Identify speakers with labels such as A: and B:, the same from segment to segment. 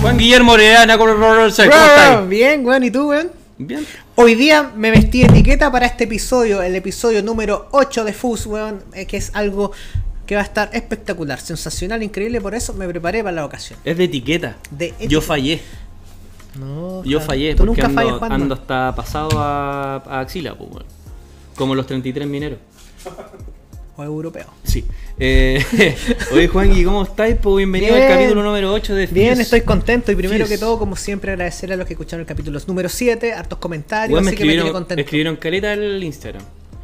A: Juan Guillermo Orellana con Roller Sex. ¿Cómo estáis?
B: Weón, Ah, Bien, weón, ¿y tú, weón?
A: Bien.
B: Hoy día me vestí de etiqueta para este episodio, el episodio número 8 de Fuzz, weón, eh, que es algo que va a estar espectacular, sensacional, increíble, por eso me preparé para la ocasión.
A: Es de etiqueta.
B: De etiqueta.
A: Yo fallé.
B: No,
A: Yo
B: Juan,
A: fallé.
B: Tú
A: Porque
B: nunca fallas,
A: ando,
B: Juan.
A: ando
B: no.
A: hasta pasado a, a axila, pues, weón. Como los 33 mineros.
B: O europeo.
A: Sí. Eh, oye, Juan Gui, ¿cómo estáis? Pues bienvenido
B: Bien.
A: al capítulo número 8 de
B: Bien,
A: Fizz.
B: estoy contento y primero
A: Yes.
B: que todo, como siempre, agradecer a los que escucharon el capítulo número 7, hartos comentarios,
A: Weón, me
B: así que me tiene
A: escribieron,
B: contento.
A: me escribieron caleta al Instagram.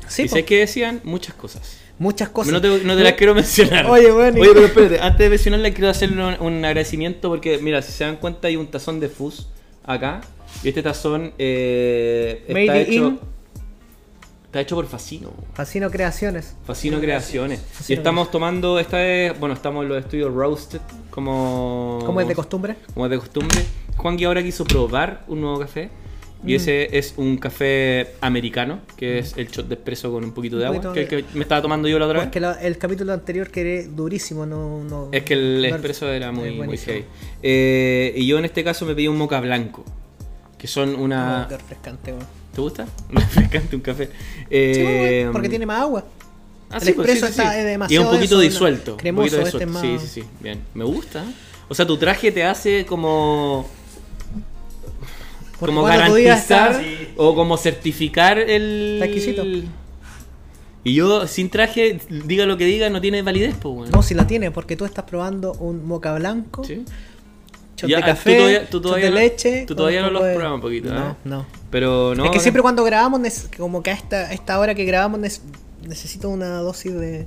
B: Sí,
A: y
B: po.
A: sé que decían muchas cosas.
B: Muchas cosas.
A: No te, no te las quiero mencionar.
B: Oye, bueno, y-
A: Oye, pero espérate, antes de mencionarla quiero hacerle un, un agradecimiento porque, mira, si se dan cuenta hay un tazón de fus acá. Y este tazón eh, está
B: Made
A: hecho.
B: in-
A: Está hecho por Facino.
B: Fascino Creaciones.
A: Facino Creaciones. Y
B: Facino
A: estamos tomando esta vez, bueno, estamos en los estudios Roasted, como.
B: Como es de costumbre.
A: Como es de costumbre. Juan ahora quiso probar un nuevo café. Y
B: Mm.
A: ese es un café americano, que es el shot de espresso con un poquito de
B: Un
A: agua,
B: poquito
A: que es
B: de-
A: el que me estaba tomando yo la otra vez.
B: Porque la- el capítulo anterior quedé durísimo, no, no-
A: Es que el
B: no-
A: expreso era muy,
B: es
A: muy
B: buenísimo.
A: heavy. Eh, y yo en este caso me pedí un moca blanco. Que son una.
B: Oh, qué refrescante, weón.
A: ¿Te gusta? Un refrescante, un café. Eh,
B: Sí, weón, porque tiene más agua.
A: ah,
B: el
A: sí, pues, sí,
B: expreso
A: sí, sí.
B: está- es
A: Y es
B: demasiado
A: un poquito
B: denso,
A: disuelto. un
B: cremoso,
A: poquito
B: este es más-
A: Sí, sí, sí. Bien. Me gusta. O sea, tu traje te hace como.
B: Porque
A: como
B: cuando tú digas,
A: garantizar
B: "Ah,
A: o como certificar el.
B: Está exquisito.
A: Y yo, sin traje, diga lo que diga, no tiene validez, pues, bueno.
B: No, si la tiene, porque tú estás probando un moca blanco, shot
A: Ya,
B: de
A: tú
B: café,
A: todavía- tú todavía
B: shot
A: no-
B: de leche.
A: tú
B: con
A: todavía
B: un
A: no
B: poco
A: los
B: de-
A: pruebas un poquito,
B: No,
A: ¿eh?
B: no.
A: Pero no.
B: es que
A: no.
B: siempre cuando grabamos, nes- como que a esta, esta hora que grabamos, nes- necesito una dosis de,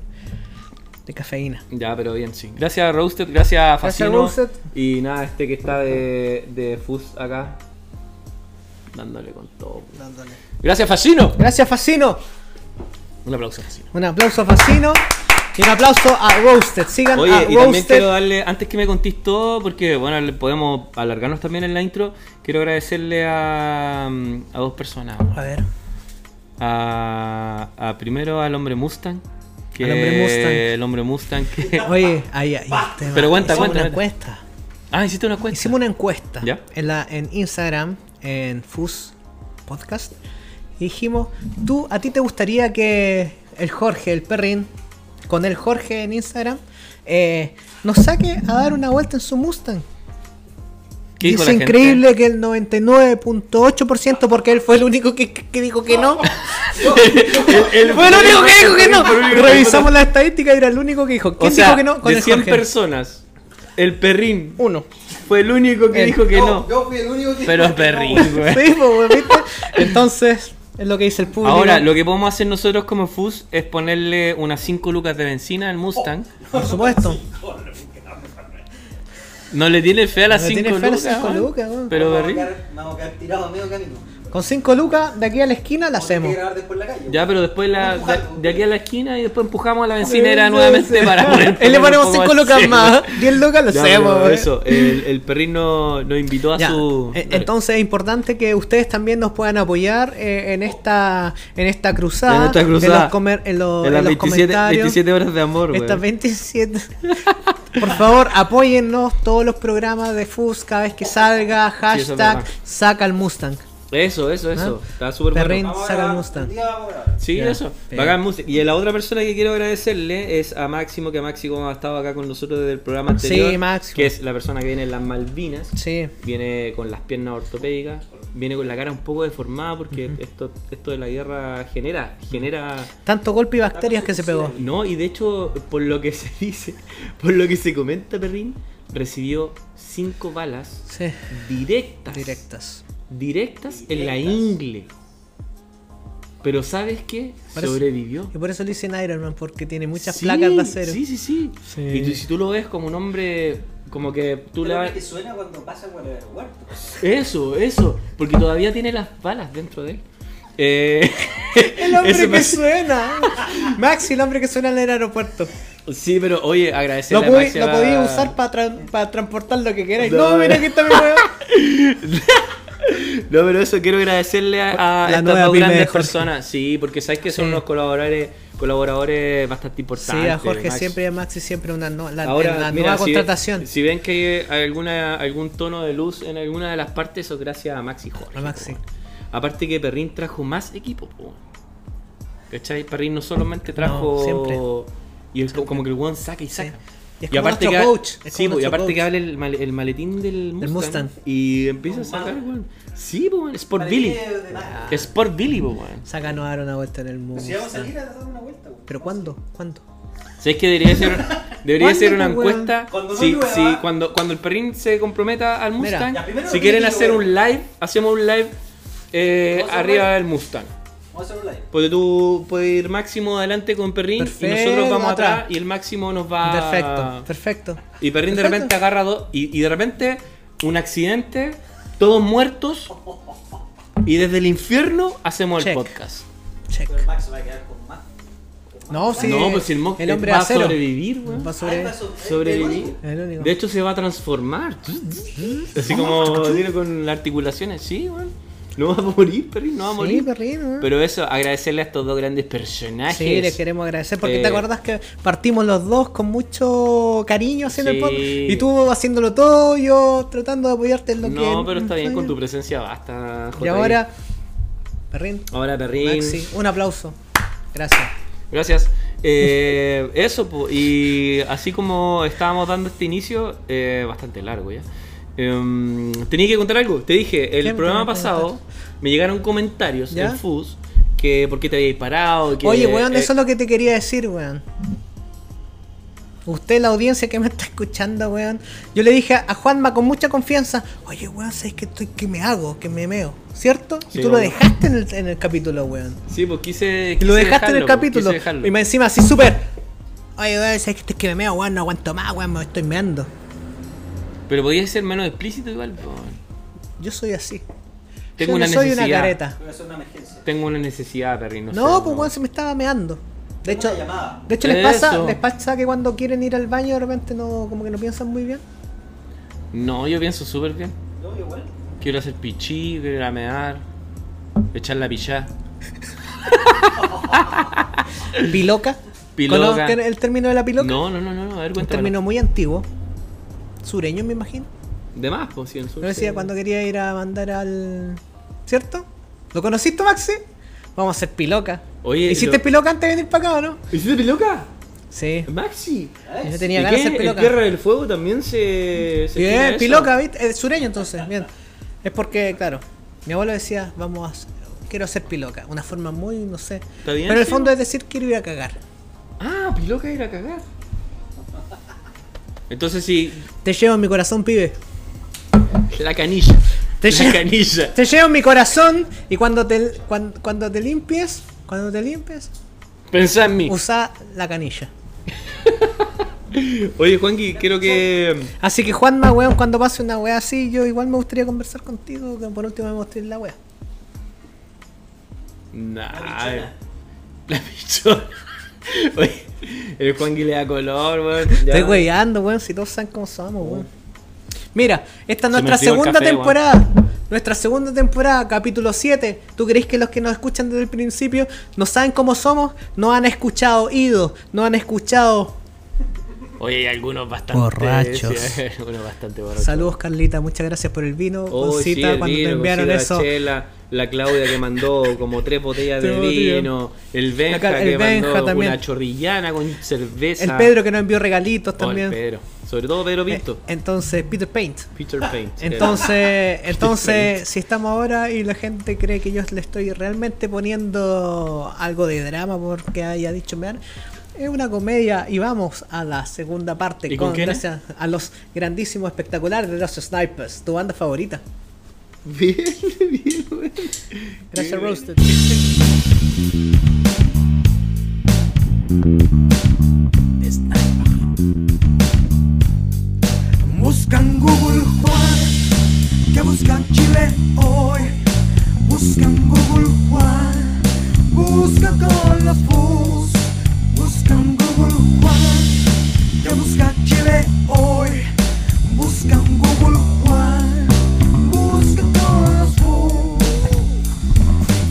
B: de cafeína.
A: Ya, pero bien, sí. Gracias a Roasted, gracias a
B: Gracias a
A: Facino.
B: Roasted.
A: Y nada, este que está de, de Fuzz acá. Dándole con todo.
B: Dándole.
A: Gracias, Facino.
B: Gracias, Facino.
A: Un aplauso, Facino.
B: Un aplauso a Facino y un aplauso a Roasted. Sigan
A: Oye,
B: a
A: y también
B: ah, Roasted.
A: quiero darle, antes que me contéis todo, porque bueno, le- podemos alargarnos también en la intro, quiero agradecerle a, mm, a dos personas.
B: A ver.
A: A, a primero al hombre Mustang. Que
B: Al hombre Mustang.
A: El hombre Mustang que...
B: Oye, ahí, ahí. tema.
A: Pero aguanta, aguanta,
B: Hicimos una
A: aguanta.
B: encuesta.
A: Ah, hiciste una cuenta.
B: Hicimos una encuesta
A: ¿Ya?
B: en, la, en Instagram, en FUS Podcast. Y dijimos, ¿tú a ti te gustaría que el Jorge, el perrín, con el Jorge en Instagram, eh, nos saque a dar una vuelta en su Mustang?
A: ¿Qué
B: Y
A: dijo
B: es
A: la gente?
B: increíble que el 99.8%, porque él fue el único que, que dijo que no. fue el único que dijo que no. Revisamos la estadística y era el único que dijo.
A: O
B: ¿Quién
A: sea,
B: dijo que no? Con
A: de
B: el
A: 100
B: Jorge.
A: personas, el perrín
B: Uno.
A: fue el único que
B: Él.
A: dijo que no.
C: Yo fui el único que.
A: Pero es perrín, güey.
B: Sí, pues, güey, ¿viste? Entonces, es lo que dice el público.
A: Ahora, lo que podemos hacer nosotros como FUS es ponerle unas 5 lucas de benzina al Mustang.
B: Por supuesto.
A: No le tiene fe a las
B: No le
A: 5
B: tiene fe a las
A: lucas.
B: cinco
A: weón.
B: lucas, weón.
A: Pero
C: Vamos a
A: perrín.
C: quedar- Vamos a quedar tirados a medio camino.
B: Con 5 lucas, de aquí a la esquina la
C: Vamos a tener
B: hacemos.
C: que grabar después en la calle.
A: Ya, pero después la, de,
C: Empujando.
A: de aquí a la esquina y después empujamos a la bencinera nuevamente para poder
B: Él le
A: poner un
B: ponemos
A: poco
B: 5
A: más seco.
B: lucas más. 10 lucas lo
A: Ya,
B: hacemos,
A: pero
B: güey.
A: Eso, el, el perrín nos nos invitó a
B: Ya,
A: su.
B: eh,
A: Dale.
B: Entonces es importante que ustedes también nos puedan apoyar eh, en esta en esta cruzada,
A: En esta cruzada.
B: los, comer- en lo-
A: En
B: en
A: las
B: los
A: 27,
B: comentarios.
A: 27 horas de amor, güey.
B: Estas 27. Por favor, apóyennos todos los programas de FUS cada vez que salga.
A: eso es
B: Hashtag
A: verdad.
B: saca el Mustang.
A: Eso, eso, eso.
B: ¿Ah?
A: Está súper
B: Perrín.
A: bueno.
C: Vamos a
B: saca el
C: grabar,
B: Mustang.
C: un día vamos a grabar.
A: Sí,
B: Ya,
A: eso.
B: bien.
A: Bacán música. Y a la otra persona que quiero agradecerle es a Máximo, que Máximo ha estado acá con nosotros desde el programa
B: Sí,
A: anterior.
B: Máximo.
A: Que es la persona que viene en las Malvinas.
B: Sí.
A: Viene con las piernas ortopédicas. Viene con la cara un poco deformada porque esto, esto de la guerra genera, genera
B: Tanto golpe y bacterias que se pegó.
A: No, y de hecho, por lo que se dice, por lo que se comenta, Perrín, recibió cinco balas
B: Sí.
A: directas.
B: Directas.
A: Directas en la ingle. Pero ¿sabes qué?
B: Parece-
A: Sobrevivió.
B: Y por eso le dicen Iron Man, porque tiene muchas
A: Sí,
B: placas de acero.
A: Sí, sí, sí.
B: Sí.
A: Y tú- si tú lo ves como un hombre, como que tú le
C: Pero
A: vas...
C: que suena cuando pasa por el aeropuerto.
A: Eso, eso. Porque todavía tiene las balas dentro de él. Eh,
B: El hombre
A: eso
B: que
A: me-
B: suena. Maxi, el hombre que suena en el aeropuerto.
A: Sí, pero oye, agradecer
B: Lo,
A: a
B: podí-
A: Maxi
B: lo
A: va-
B: podía usar para transportar lo que queráis.
A: No,
B: No, mira que está mi weón.
A: No, pero eso quiero agradecerle a, a
B: La
A: estas
B: nueva
A: dos
B: pyme de
A: grandes
B: Jorge.
A: personas. Sí, porque sabes que son
B: Sí.
A: unos colaboradores colaboradores bastante
B: Sí,
A: importantes.
B: a Jorge
A: Max.
B: siempre y a Maxi siempre una, no- la,
A: Ahora,
B: la
A: mira,
B: nueva
A: si
B: contratación.
A: Ven, si ven que hay alguna, algún tono de luz en alguna de las partes, eso es gracias a Maxi Jorge.
B: A Maxi.
A: po, weón. Aparte que Perrin trajo más equipo. po, weón. ¿Cachai? Perrin no solamente trajo...
B: No, siempre.
A: Y es co- como que el one saca y saca.
B: Y es
A: Y
B: como
A: aparte, que,
B: nuestro
A: ha-
B: coach. es
A: sí,
B: como
A: po, y
B: nuestro
A: aparte que
B: coach.
A: hable el, mal- el maletín del Mustang,
B: Mustang.
A: y empieza a sacar, weón. Sí, po, weón, Sport Billy.
C: eh,
B: Ah.
A: Sport Billy, po, weón.
B: Sácanos a dar una vuelta en el mundo.
C: Si vamos a salir a dar una vuelta, güey.
B: Ah. ¿Pero cuándo? ¿Cuándo?
A: ¿Sabes que debería ser, debería
B: ¿Cuándo,
A: ser una
B: pues, weón?
A: encuesta?
C: Cuando no
A: si,
C: llueva.
A: si- cuando, cuando el perrín se comprometa al
B: Mira,
A: Mustang,
C: ya, primero
A: si
C: lo
A: quieren
C: crítico,
A: hacer
C: weón.
A: un live, hacemos un live eh,
C: ¿Cómo se
A: arriba
C: llama?
A: del Mustang.
C: Vamos a hacer un live.
A: Porque tú puedes ir máximo adelante con perrín y nosotros
B: Perfecto,
A: vamos atrás.
B: atrás.
A: y el máximo nos va.
B: Perfecto, perfecto.
A: Y perrín de
B: Perfecto.
A: repente agarra dos y, y de repente un accidente, todos muertos y desde el infierno hacemos
B: Check.
A: el podcast.
B: Check.
C: Pero el Max se va a quedar con más. Ah, con
B: No,
C: más.
B: sí.
A: No, pues si el, mo-
B: El hombre
A: va a
B: acero.
A: sobrevivir, weón.
B: Va a
C: Ah, él va
B: sobre...
C: a sobre-
A: Sobrevivir.
C: él-
B: El único.
A: De hecho se va a transformar. Así como tiene con las articulaciones, sí, weón. No va a morir, perrín, no va a
B: sí,
A: morir.
B: perrino. ¿eh?
A: Pero eso, agradecerle a estos dos grandes personajes.
B: Sí, le queremos agradecer porque
A: Eh,
B: te acordás que partimos los dos con mucho cariño haciendo el
A: Sí.
B: podcast. Y tú haciéndolo todo, yo tratando de apoyarte en lo que.
A: No, pero está bien, con tu presencia basta.
B: Y
A: JD.
B: ahora, Perrín,
A: Ahora, Oh, perrín.
B: Maxi, un aplauso. Gracias.
A: Gracias. Eh, eso, po, y así como estábamos dando este inicio, eh, bastante largo ya. em, tenía que contar algo. Te dije,
B: ¿Qué
A: el
B: me
A: programa
B: tenías que
A: pasado
B: contar?
A: me llegaron comentarios
B: ¿Ya?
A: en FUS que por qué te había parado. Que,
B: Oye, weón,
A: eh,
B: eso es lo que te quería decir, weón. Usted, la audiencia que me está escuchando, weón. Yo le dije a Juanma con mucha confianza, oye, weón, ¿sabes que estoy que me hago, que me meo? ¿Cierto?
A: Sí,
B: y tú lo
A: obvio.
B: dejaste en el, en el capítulo, weón.
A: Sí, pues quise.
B: Y lo
A: quise
B: dejaste en el
A: dejarlo, pues,
B: capítulo.
A: quise dejarlo.
B: Y más encima así súper. Oye, weón, ¿sabes que estoy que me meo, weón? No aguanto más, weón, me estoy meando.
A: Pero podía ser menos explícito igual. po.
B: Yo soy así.
A: Tengo
B: Yo
A: una
B: no soy
A: necesidad.
B: una careta.
C: Voy a hacer una emergencia.
A: Tengo una necesidad, Perry. No,
B: No,
A: sé,
B: pues weón, se me estaba meando. De
C: Tengo
B: hecho,
C: una llamada.
B: de hecho les, pasa,
A: Eso.
B: les pasa que cuando quieren ir al baño de repente no, como que no piensan muy bien.
A: No, yo pienso súper bien.
C: No, igual.
A: Quiero hacer pichí, quiero ir a mear, echar la pillá.
B: Piloca.
A: Piloca.
B: ¿Conocen el término de la piloca?
A: No, no, no, no, no, a ver,
B: Un
A: cuéntame.
B: término muy antiguo. Sureño, me imagino.
A: De más, pues, sí, en sur.
B: No decía
A: sí.
B: cuando quería ir a mandar al. ¿Cierto? ¿Lo conociste, Maxi? Vamos a hacer piloca.
A: Oye,
B: ¿Hiciste
A: lo-
B: piloca antes de venir para acá o no?
A: ¿Hiciste piloca?
B: Sí.
A: Maxi.
B: Yo
C: ¿Sabes?
B: tenía
A: ¿Y
B: ganas de
A: qué?
B: hacer
A: ¿El
B: piloca.
A: Tierra del Fuego también se. se estila
B: Bien,
A: eso?
B: piloca, ¿viste? Eh, sureño entonces, bien. Es porque, claro, mi abuelo decía, vamos a hacer- quiero hacer piloca. Una forma muy, no sé.
A: Está bien,
B: Pero en el
A: sí,
B: fondo
A: ¿no?
B: es decir, quiero ir a cagar.
A: Ah, piloca era cagar. Entonces sí,
B: Te llevo en mi corazón, pibe.
A: la canilla.
B: Te
A: la
B: llevo-
A: canilla.
B: Te llevo en mi corazón y cuando te, cuan- cuando, te limpies, cuando te limpies,
A: Pensá en mí.
B: usa la canilla.
A: Oye, Juanqui, creo que.
B: Así que Juanma, weón, cuando pase una wea así, yo igual me gustaría conversar contigo, que por último me mostré la wea.
A: Nah. eh.
C: bichona.
A: La pichona. Oye, el Juanqui le da color, weón. Ya. Oh.
B: Estoy weyando, weón, si todos saben cómo somos, weón. Mira, esta es
A: Se me enfrió
B: nuestra
A: el
B: segunda
A: café, weón.
B: temporada. Nuestra segunda temporada, capítulo 7. ¿Tú crees que los que nos escuchan desde el principio no saben cómo somos? No han escuchado Ido, no han escuchado.
A: Oye, hay algunos bastante.
B: Borrachos.
A: sí, hay algunos bastante borrachos.
B: Saludos, Carlita, muchas gracias por el vino.
A: Oh, sí,
B: Concita,
A: el
B: cuando
A: vino,
B: te enviaron
A: Concita,
B: eso.
A: La, chela, la Claudia que mandó como tres botellas de
B: Tres botellas.
A: vino. El Benja
B: La Car- el
A: que
B: Benja
A: mandó
B: también.
A: una chorrillana con cerveza.
B: El Pedro que nos envió
A: Oh,
B: regalitos
A: el
B: también.
A: Pedro. Sobre todo Pedro Pinto.
B: Eh, Entonces, Peter Paint.
A: Peter Paint.
B: ah, Entonces,
A: Paint.
B: entonces si estamos ahora y la gente cree que yo le estoy realmente poniendo algo de drama porque haya dicho mear, es una comedia y vamos a la segunda parte
A: ¿Y con quién es?
B: gracias a los grandísimos espectaculares de los Snipers, tu banda favorita.
A: Bien, bien, weón.
B: Gracias, Roasted.
D: Buscan Google Juan, que buscan Chile hoy. Buscan Google Juan, busca con los bus, busca un Google Juan, que busca Chile hoy, busca un Google Juan, busca con los bus.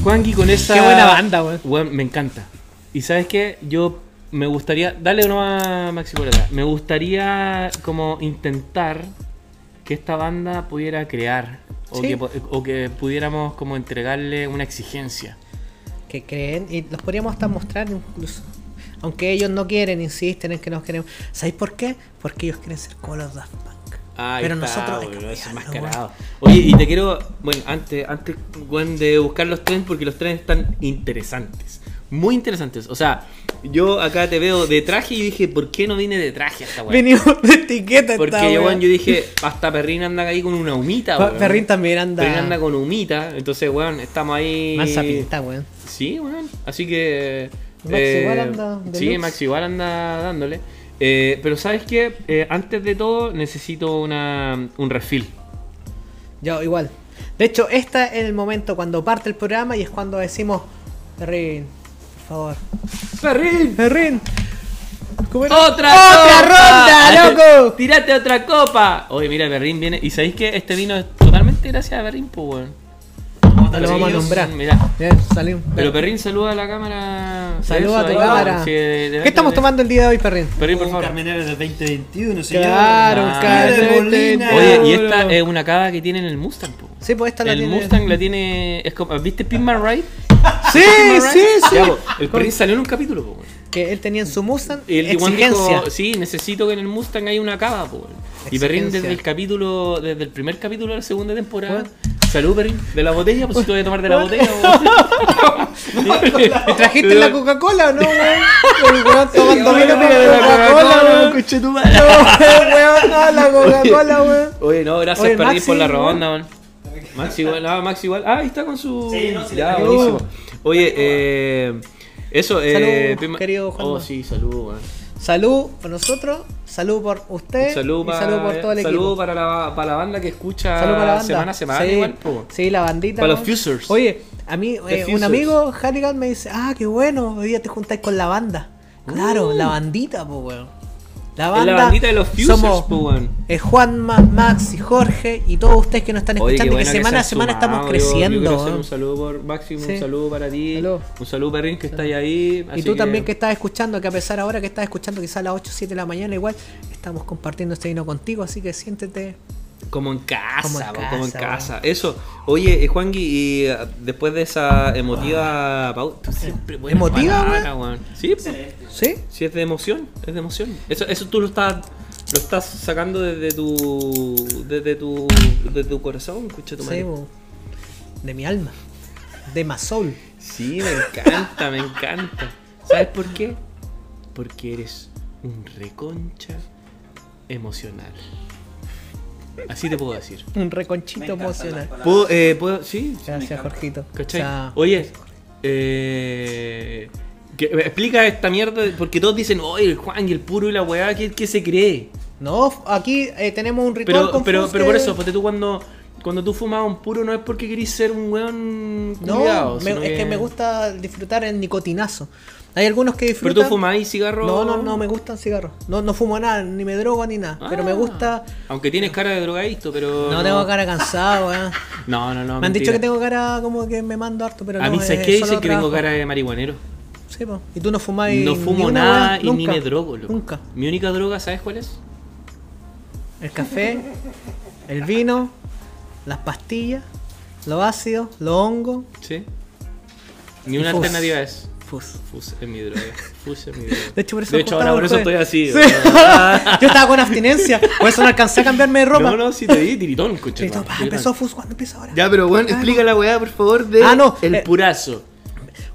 A: Juanqui con esa.
B: Qué buena banda, weón.
A: Weón, me encanta. Y sabes qué? Yo me gustaría. Dale una a Maxi Coleta. Me gustaría como intentar que esta banda pudiera crear. O,
B: Sí.
A: que, po- o que pudiéramos como entregarle una exigencia.
B: que creen y los podríamos hasta mostrar incluso. Aunque ellos no quieren, insisten en que nos queremos. ¿Sabéis por qué? Porque ellos quieren ser como los Daft Punk.
A: Ahí
B: Pero
A: está,
B: nosotros hay que
A: boludo, es
B: apoyarlo,
A: enmascarado. Oye, y te quiero, bueno, antes, antes weón, de buscar los trenes, porque los trenes están interesantes. Muy interesantes. O sea, yo acá te veo de traje y dije, ¿por qué no vine de traje hasta
B: weón. Venimos de etiqueta
A: Porque
B: esta
A: yo,
B: weá.
A: weón, yo dije, hasta Perrin anda ahí con una humita,
B: Pa-
A: weón.
B: Perrin también anda.
A: Perrin anda con humita, entonces, weón, estamos ahí.
B: Mansa pinta, weón.
A: Sí, weón. Así que. eh,
B: Max igual anda de
A: Sí,
B: looks.
A: Max igual anda dándole. Eh, pero sabes qué, Eh, antes de todo necesito una, un refil.
B: Yo igual. De hecho, este es el momento cuando parte el programa y es cuando decimos, Perrin, por favor.
A: ¡Perrin!
B: Perrin. ¿Cómo era?
A: ¡Otra, Ah,
B: ¡Otra ronda, loco!
A: ¡Tírate otra copa! Oye, mira, Berrín viene. ¿Y sabéis que este vino es totalmente gracias a Berrín, pues, weón?
B: No lo vamos a
A: Ellos,
B: nombrar.
A: Mira.
B: Bien, salimos.
A: Pero Perrin saluda a la cámara. Eso,
B: Saluda a tu
A: ahí va.
B: cámara.
A: Sí, de- de-
B: ¿Qué estamos
A: de-
B: tomando el día de hoy, Perrin?
A: Perrin, por
E: Un
A: favor.
E: Carmenero del 2021, señor.
B: Claro,
A: Ah.
B: un carrete.
A: Oye, y esta es una cava que tiene en el Mustang, po.
B: Sí, pues esta la
A: el
B: tiene.
A: Mustang la tiene. es como- ¿Viste Pinman Ride?
B: Sí,
A: Pitman
B: sí,
A: Ride.
B: sí.
A: Ya, po, el Perrin salió en un capítulo, po. weón.
B: Que él tenía en su Mustang
A: Y el Juan
B: exigencia.
A: dijo, sí, necesito que en el Mustang haya una cava, po. weón". Y Perrin
B: Exigencia.
A: desde el capítulo, desde el primer capítulo de la segunda temporada. Salud, Perrin. De la botella, pues si te voy a tomar de la botella,
B: ¿Me trajiste la Coca-Cola o no, weón? El weón tomando
A: Oye,
B: vino con
A: de la
B: Coca-Cola,
A: Coca-Cola,
B: weón.
A: coche tu
B: No,
A: madre.
B: weón, no, la Coca-Cola, weón.
A: Oye, no, gracias
B: Oye,
A: Perrin
B: Maxi,
A: por la
B: weón.
A: ronda, man. Max igual, ah, Max igual. Ah, ahí está con su.
C: Sí, no, sí,
A: ya,
C: le-
A: buenísimo. Oye, eh. Eso, eh.
B: Salud,
A: Pima-
B: querido Juanma.
A: Oh, sí, salud, weón.
B: Salud por nosotros, salud por usted.
A: Salud,
B: Eh, y
A: pa-
B: salud por todo el
A: salud
B: equipo.
A: para la, para la banda que escucha
B: Salud para la banda.
A: semana a semana,
B: sí,
A: igual, po.
B: sí, la bandita.
A: Para los
B: weón.
A: fusers.
B: Oye, a mí, eh, un
A: fusers.
B: amigo, Harrigan, me dice: Ah, qué bueno, hoy día te juntáis con la banda. Claro, la bandita, pues, weón.
A: Uh.
B: La
A: Es
B: banda.
A: la bandita de los fusers,
B: somos,
A: po, weón.
B: eh, Juanma, Max y Jorge y todos ustedes que nos están
A: Oye, qué
B: escuchando y que
A: buena
B: semana
A: se
B: a semana
A: han
B: estamos
A: sumado, yo- yo
B: creciendo. ¿eh?
A: quiero hacer
B: weón.
A: un saludo por Máximo,
B: Sí.
A: un saludo para ti.
B: Salud.
A: Un saludo para Rin que está ahí, ahí.
B: Y
A: así
B: tú
A: que-
B: también que estás escuchando, que a pesar ahora que estás escuchando quizás a las 8 o 7 de la mañana, igual estamos compartiendo este vino contigo, así que siéntete.
A: Como en casa,
B: Como
A: como
B: en
A: en
B: casa,
A: casa.
B: weón.
A: Eso. Oye, eh, Juangui, y eh, después de esa emotiva pausa. Ah, Tú siempre buena
B: ¿Emotiva,
A: parada, weón. Sí, po.
B: ¿Sí?
A: sí, es de emoción, es de emoción. Eso, eso tú lo estás, lo estás sacando desde tu. desde tu. desde tu corazón, escucha tu
B: Sí,
A: madre.
B: bo. de mi alma. De Masol.
A: Sí, me encanta, me encanta. ¿Sabes por qué? Porque eres un reconcha emocional. Así te puedo decir.
B: Un
C: Me
B: reconchito
C: encantan las
B: emocional.
C: palabras.
A: ¿Puedo, eh, puedo- sí,
B: Gracias, Jorgito.
A: ¿Cachai?
B: O sea,
A: Oye, eh, que- me explica esta mierda, porque todos dicen, oye, el Juan y el puro y la weá, ¿qué, qué se cree?
B: no, aquí eh, tenemos un ritual
A: Pero,
B: con
A: pero,
B: Fus
A: pero
B: que-
A: por eso, porque tú cuando, cuando tú fumabas un puro no es porque querís ser un weón
B: No,
A: culiao,
B: me-
A: sino
B: es que me gusta disfrutar el nicotinazo. Hay algunos que
A: Pero
B: disfrutan.
A: tú fumáis cigarro.
B: No, no, no me gustan cigarros. No, no fumo nada, ni me drogo ni nada. Pero me
A: Ah,
B: gusta.
A: Aunque tienes cara de drogadicto, pero.
B: No tengo cara cansada, weón.
A: No, no, no.
B: Me han
A: mentira.
B: dicho que tengo cara como que me mando harto, pero
A: A
B: no,
A: mí,
B: es
A: ¿sabes qué?
B: solo
A: Dicen que tengo
B: trabajo.
A: cara de marihuanero.
B: Sí, po. Y tú no fumáis.
A: no
B: ni
A: fumo
B: una
A: nada
B: weá,
A: y ni
B: nunca,
A: me drogo, loco.
B: Nunca.
A: Mi única droga, ¿sabes cuál es?
B: El café, el vino, las pastillas, los ácidos, los hongos.
A: Sí. Ni
B: Y
A: una
B: fus.
A: alternativa es.
B: Fus.
A: Fus es mi droga. Fus es mi droga.
B: De hecho, por eso
A: De
B: nos
A: hecho ahora por
B: juntamos
A: eso
B: el
A: estoy
B: jueves.
A: así.
B: Sí. Yo estaba con abstinencia, por eso no alcancé a cambiarme de ropa.
A: No, no, si te di tiritón, coche.
B: Listo, pa, ah, empezó Fus, ¿cuándo empieza ahora?
A: Ya, pero bueno, explica la weá, por favor, de
B: Ah, no,
A: el
B: eh,
A: purazo.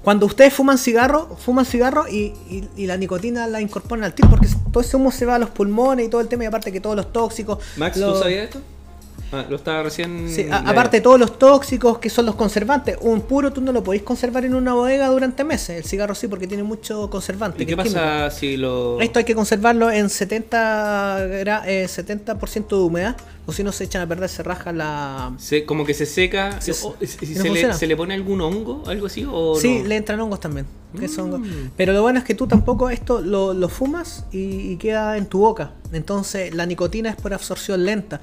B: Cuando ustedes fuman cigarro, fuman cigarro y, y- y la nicotina la incorporan al tiro porque todo ese humo se va a los pulmones y todo el tema y aparte que todos los tóxicos.
A: Max,
B: los-
A: ¿tú sabías Mm, eh. esto? Ah, lo estaba recién.
B: Sí, a- aparte de todos los tóxicos que son los conservantes, un puro tú no lo podéis conservar en una bodega durante meses. El cigarro sí, porque tiene mucho conservante.
A: ¿Y
B: que
A: qué
B: es químico.
A: pasa si lo.?
B: Esto hay que conservarlo en 70, gra- eh, 70% de humedad, o si no se echan a perder, se raja la...
A: se- como que se seca.
B: Sí,
A: o-
B: sí.
A: o- si- si
B: No
A: se, le,
B: funciona.
A: se le pone algún hongo? ¿Algo así? O
B: Sí,
A: no?
B: le entran hongos también. que son hongos.
A: Mm.
B: Pero lo bueno es que tú tampoco esto lo, lo fumas y, y queda en tu boca. Entonces la nicotina es por absorción lenta.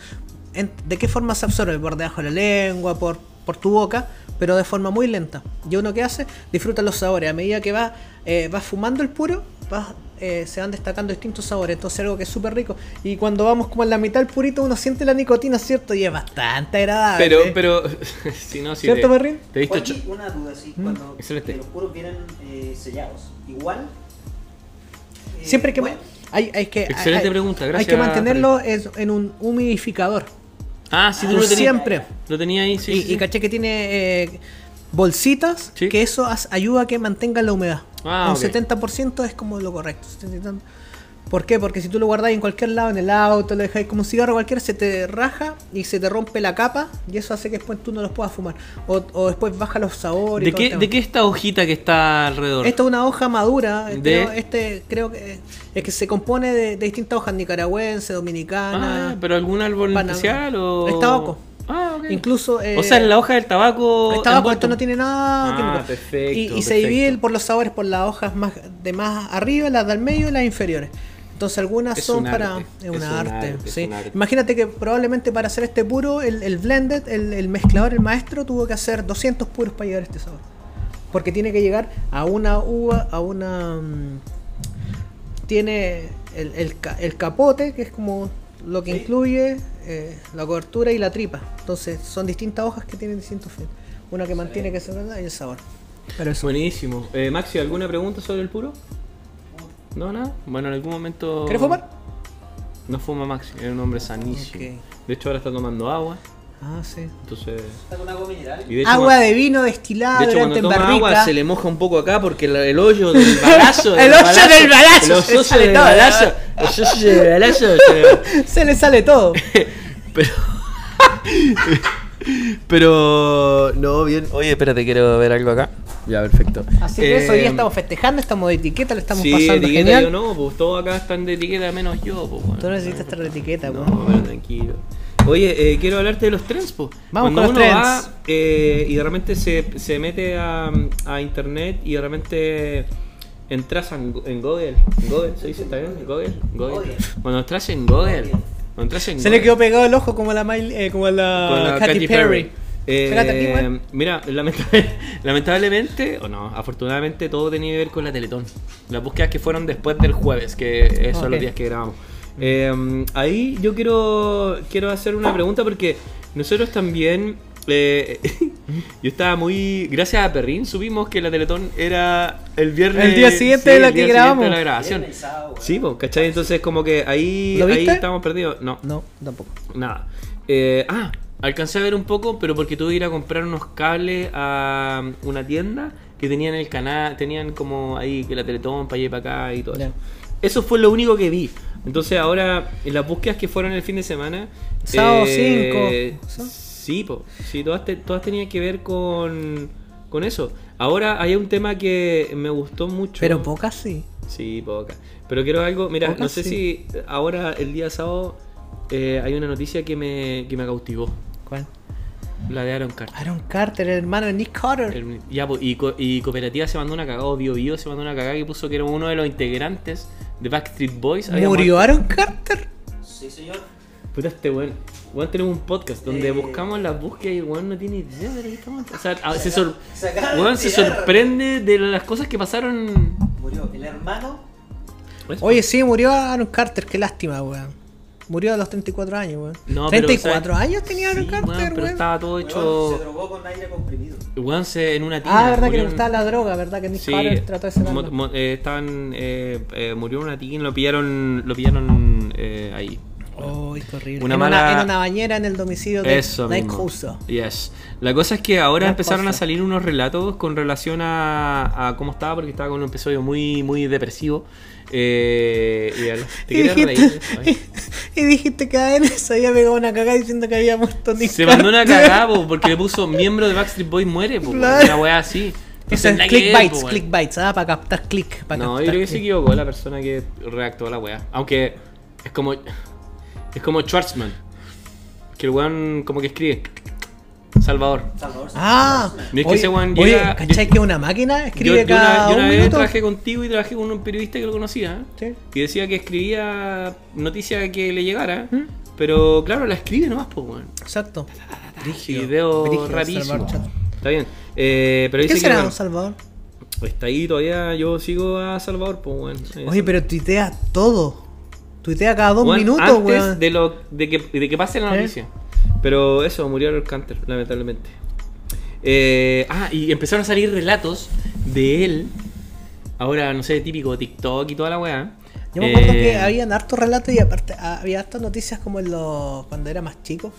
B: En- ¿De qué forma se absorbe? Por debajo de la lengua, por, por tu boca, pero de forma muy lenta. Y uno que hace, disfruta los sabores. A medida que vas eh, vas fumando el puro, vas, eh, se van destacando distintos sabores. Entonces algo que es súper rico. Y cuando vamos como en la mitad del purito, uno siente la nicotina, ¿cierto? Y es bastante agradable.
A: Pero, pero. si no, si
B: ¿Cierto,
A: te-
B: Perrin?
A: Te he visto
C: Oye,
A: ch-
C: una duda, sí. Cuando
A: excelente.
C: que los puros vienen eh, sellados, igual. eh,
B: Siempre que ma-
C: bueno,
B: hay, hay que
A: Excelente
B: hay-
A: pregunta,
B: Hay
A: gracias,
B: que mantenerlo es- en un humidificador.
A: Ah, sí, tú
C: Ah,
A: lo tenías.
B: siempre.
A: Lo tenía ahí, sí.
B: y,
A: sí, sí.
B: y caché que tiene eh, bolsitas
A: Sí.
B: que eso as- ayuda a que mantenga la humedad.
A: Ah,
B: un
A: ok.
B: 70% es como lo correcto. 70 y tanto. ¿Por qué? Porque si tú lo guardáis en cualquier lado, en el auto, lo dejáis como un cigarro cualquiera, se te raja y se te rompe la capa y eso hace que después tú no los puedas fumar. O, o después baja los sabores.
A: ¿De
B: y todo el
A: qué,
B: tema.
A: ¿De qué esta hojita que está alrededor?
B: Esta es una hoja madura.
A: De-
B: Creo, este creo que es que se compone de, de distintas hojas nicaragüense, dominicana.
A: Ah, ¿Pero algún árbol en
B: Pana-
A: especial o...?
B: Es tabaco.
A: Ah, ok.
B: Incluso. eh,
A: o sea, en la hoja del tabaco...
B: el tabaco,
A: envuelto.
B: esto no tiene nada
A: Ah,
B: químico.
A: perfecto,
B: y, y se
A: perfecto.
B: divide por los sabores, por las hojas más de más arriba, las del medio y las inferiores. Entonces algunas
A: Es
B: son
A: un
B: para.
A: arte,
B: Es una
A: es un
B: arte.
A: arte, es
B: sí.
A: un arte.
B: Imagínate que probablemente para hacer este puro, el, el blended, el, el mezclador, el maestro, tuvo que hacer 200 puros para llegar a este sabor. Porque tiene que llegar a una uva, a una. mm, tiene el, el ca- el capote, que es como lo que incluye eh, la cobertura y la tripa. Entonces, son distintas hojas que tienen distintos fines. Una que mantiene que se verdad y el sabor. Pero eso.
A: Buenísimo. Eh, Maxi, ¿alguna pregunta sobre el puro? No, nada. Bueno, en algún momento...
B: ¿Querés fumar?
A: No fuma Maxi, es un hombre sanísimo.
B: Ok.
A: De hecho, ahora está tomando agua,
B: Ah, sí.
A: entonces...
C: está con agua mineral.
A: y de hecho,
B: agua
A: cuando-
B: de vino destilado
A: De hecho,
B: durante
A: cuando
B: en
A: toma
B: barrica.
A: agua se le moja un poco acá porque el, el hoyo del balazo...
B: El hoyo del balazo,
A: El
B: se le
A: hoyo
B: sale
A: del
B: todo.
A: balazo. El hoyo del balazo. se-
B: Se le sale todo.
A: Pero. Pero. No, bien. Oye, espérate, quiero ver algo acá. Ya, perfecto.
B: Así que eso, hoy
A: Eh,
B: día estamos festejando, estamos de etiqueta, le estamos
A: sí,
B: pasando
A: etiqueta
B: genial.
A: yo no, pues todos acá están de etiqueta menos yo, pues. bueno.
B: Tú necesitas estar de etiqueta, po.
A: No, pero tranquilo. Oye, eh, quiero hablarte de los trends, po.
B: Vamos
A: Cuando
B: con los
A: uno
B: trends.
A: va eh, y de repente se, se mete a, a internet y de repente entras en, Go- en Google. ¿En Google? ¿Se dice? ¿Está bien? ¿Google? Google.
C: Google.
A: Cuando entras en Google. Cuando entras en
B: Se
A: Google-
B: le quedó pegado el ojo como la, Miley- eh, como la,
A: con la
B: Katy, Perry.
A: Eh,
B: Fíjate aquí, weón.
A: mira, lamentable- lamentablemente, o no, afortunadamente todo tenía que ver con la Teletón. Las búsquedas que fueron después del jueves, que esos son
B: Ok.
A: los días que grabamos. Eh, ahí yo quiero, quiero hacer una pregunta porque nosotros también... eh, yo estaba muy... Gracias a Perrin supimos que la Teletón era el viernes...
B: El día siguiente de la
A: el
B: que
A: día siguiente
B: grabamos.
A: de la grabación.
C: Viernes, sábado,
A: Sí, pues, ¿cachai? Entonces como que ahí,
B: ¿Lo
A: ahí
B: viste?
A: estamos perdidos. No.
B: No, tampoco.
A: Nada. Eh, ah, alcancé a ver un poco, pero porque tuve que ir a comprar unos cables a una tienda que tenían el canal, tenían como ahí que la Teletón para allá y para acá y todo
B: Ya.
A: eso. Eso fue lo único que vi. Entonces ahora, en las búsquedas que fueron el fin de semana... eh,
B: Sábado cinco, ¿sí?
A: Sí, po. Sí, todas, te- todas tenían que ver con, con eso. Ahora hay un tema que me gustó mucho.
B: Pero pocas sí.
A: Sí, poca. Pero quiero algo, mira,
B: Poca,
A: no sé
B: sí.
A: si ahora el día sábado eh, hay una noticia que me, que me cautivó.
B: ¿Cuál?
A: La de Aaron Carter.
B: Aaron Carter, el hermano de Nick Carter.
A: El- ya, po, y, co- y Cooperativa se mandó una cagada, o Bio Bio se mandó una cagada que puso que era uno de los integrantes de Backstreet Boys. había
B: ¿Murió
A: muerto.
B: Aaron Carter?
C: Sí, señor.
A: Puta, este weón. Weón, tenemos un podcast donde
C: Eh.
A: buscamos las búsquedas y el weón no tiene idea de lo que estamos. O sea, a- Ah, se,
C: acaba-
A: sor-
C: se acaba de
A: weón se
C: enterar.
A: sorprende de las cosas que pasaron.
C: Murió el hermano.
A: Eso.
B: Oye, sí, murió Aaron Carter, qué lástima, weón. Murió a los 34 años, weón.
A: No, pero,
B: 34
A: o sea,
B: años tenía Aaron
A: sí, weón,
B: Carter,
A: pero
B: weón.
A: estaba todo
C: weón, Se
A: hecho.
C: drogó con aire comprimido.
A: Weón se en una tina.
B: Ah, verdad que
A: murió
B: le
A: en-
B: gustaba la droga, verdad que Nick
A: Sí,
B: Carter trató de
A: mo-
B: cerrarlo.
A: mo- eh, estaban, eh, eh, murió una tiquín, lo pillaron, lo pillaron eh, ahí. weón.
B: Uy, qué horrible.
A: Una
B: en,
A: mala-
B: una, en una bañera en el domicilio Oh, de
A: Eso
B: Mike
A: mismo.
B: Couso.
A: Yes. La cosa es que ahora
B: Mike
A: empezaron a
B: Couso.
A: salir unos relatos con relación a, a cómo estaba, porque estaba con un episodio muy, muy depresivo. Eh, y al- ¿Te
B: Y
A: querías
B: dijiste,
A: reír? ¿eh? Ay.
B: y dijiste que a él se había pegado una cagada diciendo que había muerto Nick
A: Se mandó una
B: Carter.
A: cagada po, porque le puso miembro de Backstreet Boys muere, po,
B: Claro.
A: una weá así.
B: Eso
A: Entonces,
B: es
A: nada que ver, po,
B: clickbites,
A: pues, weón.
B: clickbites, ah, para captar click. Para
A: No,
B: captar
A: yo creo que se
B: click.
A: equivocó la persona que redactó la weá. Aunque es como. Es como Schwartzman. Que el weón como que escribe. Salvador.
C: Salvador.
B: Ah,
A: No es que ese weón
B: oye,
A: llega-
B: ¿cachai
A: yo-
B: que es una máquina?
A: Yo,
B: Escribe
A: yo una,
B: cada
A: yo una
B: un
A: vez
B: minuto.
A: trabajé contigo y trabajé con un periodista que lo conocía. ¿eh?
B: Sí.
A: Y decía que escribía noticia que le llegara.
B: ¿Mm?
A: Pero claro, la escribe nomás, pues weón.
B: Exacto. Brígido,
A: Video
B: brígido,
A: rapidísimo.
B: Salvador Chat.
A: Está bien. Eh, pero dice
B: ¿Qué
A: que,
B: será,
A: bueno,
B: don Salvador?
A: Está ahí todavía, yo sigo a Salvador, pues, weón. Eh,
B: Oye, pero tuitea todo. Tuitea cada dos
A: weón,
B: minutos,
A: antes
B: weón.
A: De, lo, de, que, de que pase la
B: ¿Eh?
A: noticia. Pero eso, murió el Canter, lamentablemente. Eh, ah, y empezaron a salir relatos de él. Ahora, no sé, típico TikTok y toda la weá.
B: Yo me acuerdo
A: Eh,
B: que habían hartos relatos y aparte ah, había hartas noticias como en los, cuando era más chico.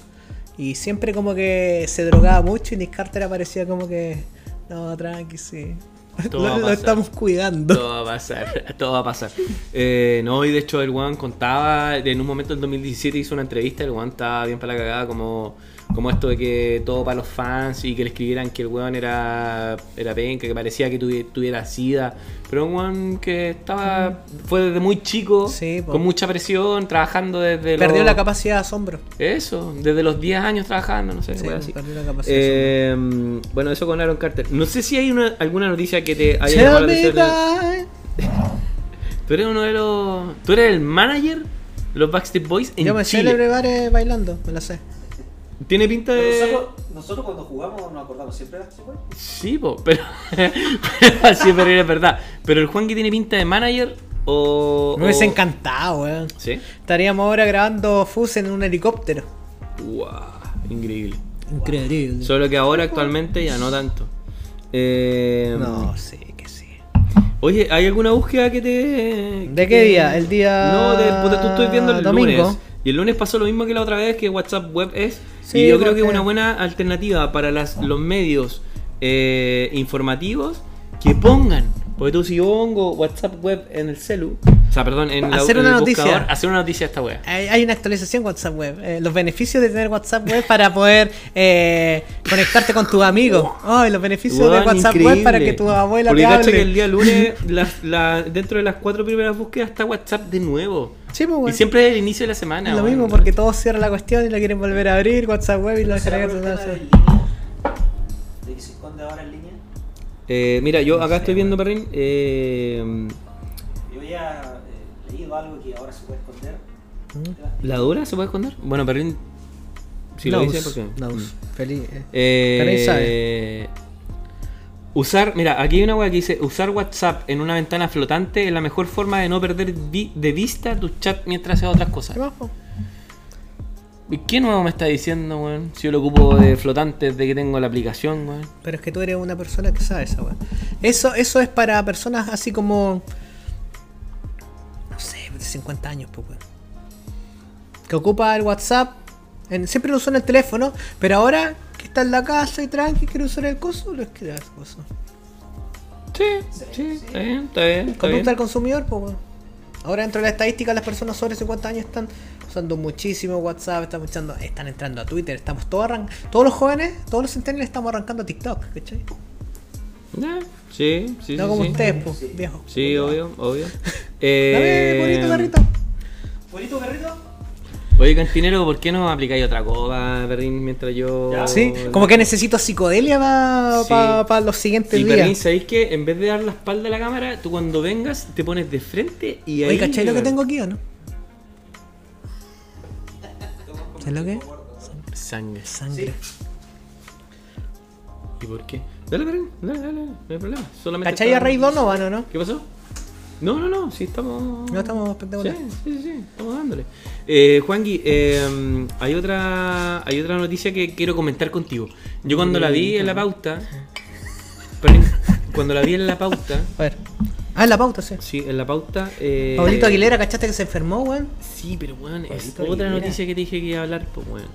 B: Y siempre como que se drogaba mucho y Nick Carter aparecía como que. No, tranqui, sí.
A: Todo va
B: Lo,
A: a
B: lo
A: pasar.
B: estamos cuidando.
A: Todo va a pasar, todo va a pasar. Eh, no, y de hecho el Juan contaba, en un momento en 2017 hizo una entrevista, el Juan estaba bien para la cagada, como, como esto de que todo para los fans y que le escribieran que el Juan era, era penca, que parecía que tuvi- tuviera sida. Pero un Juan que estaba, fue desde muy chico,
B: Sí, po.
A: con mucha presión, trabajando desde
B: Perdió
A: los-
B: la capacidad de asombro.
A: Eso, desde los 10 años trabajando, no sé,
B: Sí,
A: wea así.
B: perdió la capacidad de
A: Eh, bueno, eso con Aaron Carter. No sé si hay una- alguna noticia que te haya llamado
B: asombro.
A: la
B: Tell me
A: atención.
B: why.
A: Tú eres uno de los. Tú eres el manager de los Backstreet Boys en
B: Yo me sé
A: Chile.
B: Lebrevares bailando, me la sé.
A: Tiene pinta
B: eh.
C: Pero
A: de.
C: Nosotros, nosotros cuando jugamos nos acordamos siempre de Backstreet Boys.
A: Sí, po, pero. pero sí, pero es verdad. Pero el Juanqui tiene pinta de manager o.
B: Me hubiese
A: o-
B: encantado, weón.
A: ¿Sí?
B: Estaríamos ahora grabando Fuse en un helicóptero.
A: Guau, increíble.
B: Increíble.
A: Solo que ahora actualmente ya no tanto. Eh,
B: No, sí, que sí.
A: Oye, ¿hay alguna búsqueda que te.
B: ¿De
A: que
B: qué
A: te-
B: día? El día
A: No, de, puta, tú estoy viendo el
B: domingo.
A: lunes. Y el lunes pasó lo mismo que la otra vez, que WhatsApp Web es.
B: Sí,
A: y yo creo que es
B: porque-
A: una buena alternativa para las, los medios eh, informativos que pongan. Porque tú, si yo pongo WhatsApp Web en el celu. O sea, perdón, en, la-
B: Hacer
A: en
B: una
A: el
B: noticia.
A: buscador, hacer una noticia a esta wea.
B: Hay, hay una actualización WhatsApp web. Eh, los beneficios de tener WhatsApp web para poder eh, conectarte con tus amigos. Ay, los beneficios
A: Weón,
B: de WhatsApp web
A: increíble.
B: para que tu abuela
A: Porque
B: te
A: cacha
B: hable.
A: que el día lunes, las- la- dentro de las cuatro primeras búsquedas, está WhatsApp de nuevo.
B: Sí, pues,
A: Y
B: weón.
A: siempre es el inicio de la semana.
B: Es lo
A: weón.
B: mismo porque todos cierran la cuestión y la quieren volver a abrir WhatsApp web y lo
C: ¿Será
B: descargan.
C: por el tema de
B: todo
C: en
B: eso.
C: línea? ¿De que se esconde ahora en línea?
A: Eh, mira, yo acá estoy viendo, Perrin. eh,
C: Yo había eh, leído algo que ahora se puede esconder.
B: Mm.
A: ¿La dura se puede esconder? Bueno, Perrin. Si lo
B: Nous,
A: dice, Mm. ¿por qué?
B: nous. Feliz. eh.
A: Eh,
B: Perrin
A: Usar, mira, aquí hay una weá que dice: Usar WhatsApp en una ventana flotante es la mejor forma de no perder vi- de vista tu chat mientras haces otras
B: ¿Qué
A: cosas.
B: más, po?
A: ¿Y ¿Qué nuevo me está diciendo, weón? Si yo lo ocupo de flotante desde que tengo la aplicación, weón.
B: Pero es que tú eres una persona que sabe esa weá. Eso, eso es para personas así como. No sé, de 50 años, pues weón. Que ocupa el WhatsApp. en- siempre lo usan el teléfono, pero ahora que está en la casa y tranqui, quiere usar el coso, lo escribe el coso.
A: Sí, sí, está bien, está bien. está bien.
B: Conducta al consumidor, pues weón. Ahora dentro de la estadística las personas sobre 50 años están usando muchísimo WhatsApp, están, usando- están entrando a Twitter, estamos todos arran- todos los jóvenes, todos los centenarios estamos arrancando a TikTok, ¿cachai?
A: Ya, Sí, sí,
B: no
A: sí,
B: como
A: sí.
B: ustedes, pues, viejo.
A: Sí, obvio, obvio.
B: Dame,
A: Eh,
B: bonito carrito.
C: ¿Bonito perrito?
A: Oye, cantinero, ¿por qué no aplicáis otra copa, Perrin, mientras yo.
B: Sí, como que este necesito psicodelia para
A: Sí.
B: los siguientes
A: Y Perrin,
B: días.
A: ¿sabéis que en vez de dar la espalda a la cámara, tú cuando vengas te pones de frente y ahí.
B: Oye, ¿cachai lo que
A: weón,
B: tengo aquí o no? ¿Sabes lo que? es?
A: Sangre.
B: Sangre.
A: ¿Y por qué? Dale, Perrin, dale, dale, no hay problema. Solamente
B: ¿Cachai a
A: estaba-
B: Rey Donovan o no?
A: ¿Qué pasó? No, no, no, sí estamos.
B: No estamos
A: Sí,
B: espectaculares.
A: sí, sí, sí, estamos dándole. Eh, Juanqui, eh, hay otra hay otra noticia que quiero comentar contigo. Yo cuando la vi en la pauta, Perrin, cuando la vi en la pauta,
B: A ver, Ah, en la pauta, sí.
A: Sí, en la pauta. eh,
B: Paulito Aguilera, ¿cachaste que se enfermó, weón?
A: Sí, pero weón, es
E: Pablito
A: otra
E: Aguilera.
A: noticia que te dije que iba a hablar, pues weón.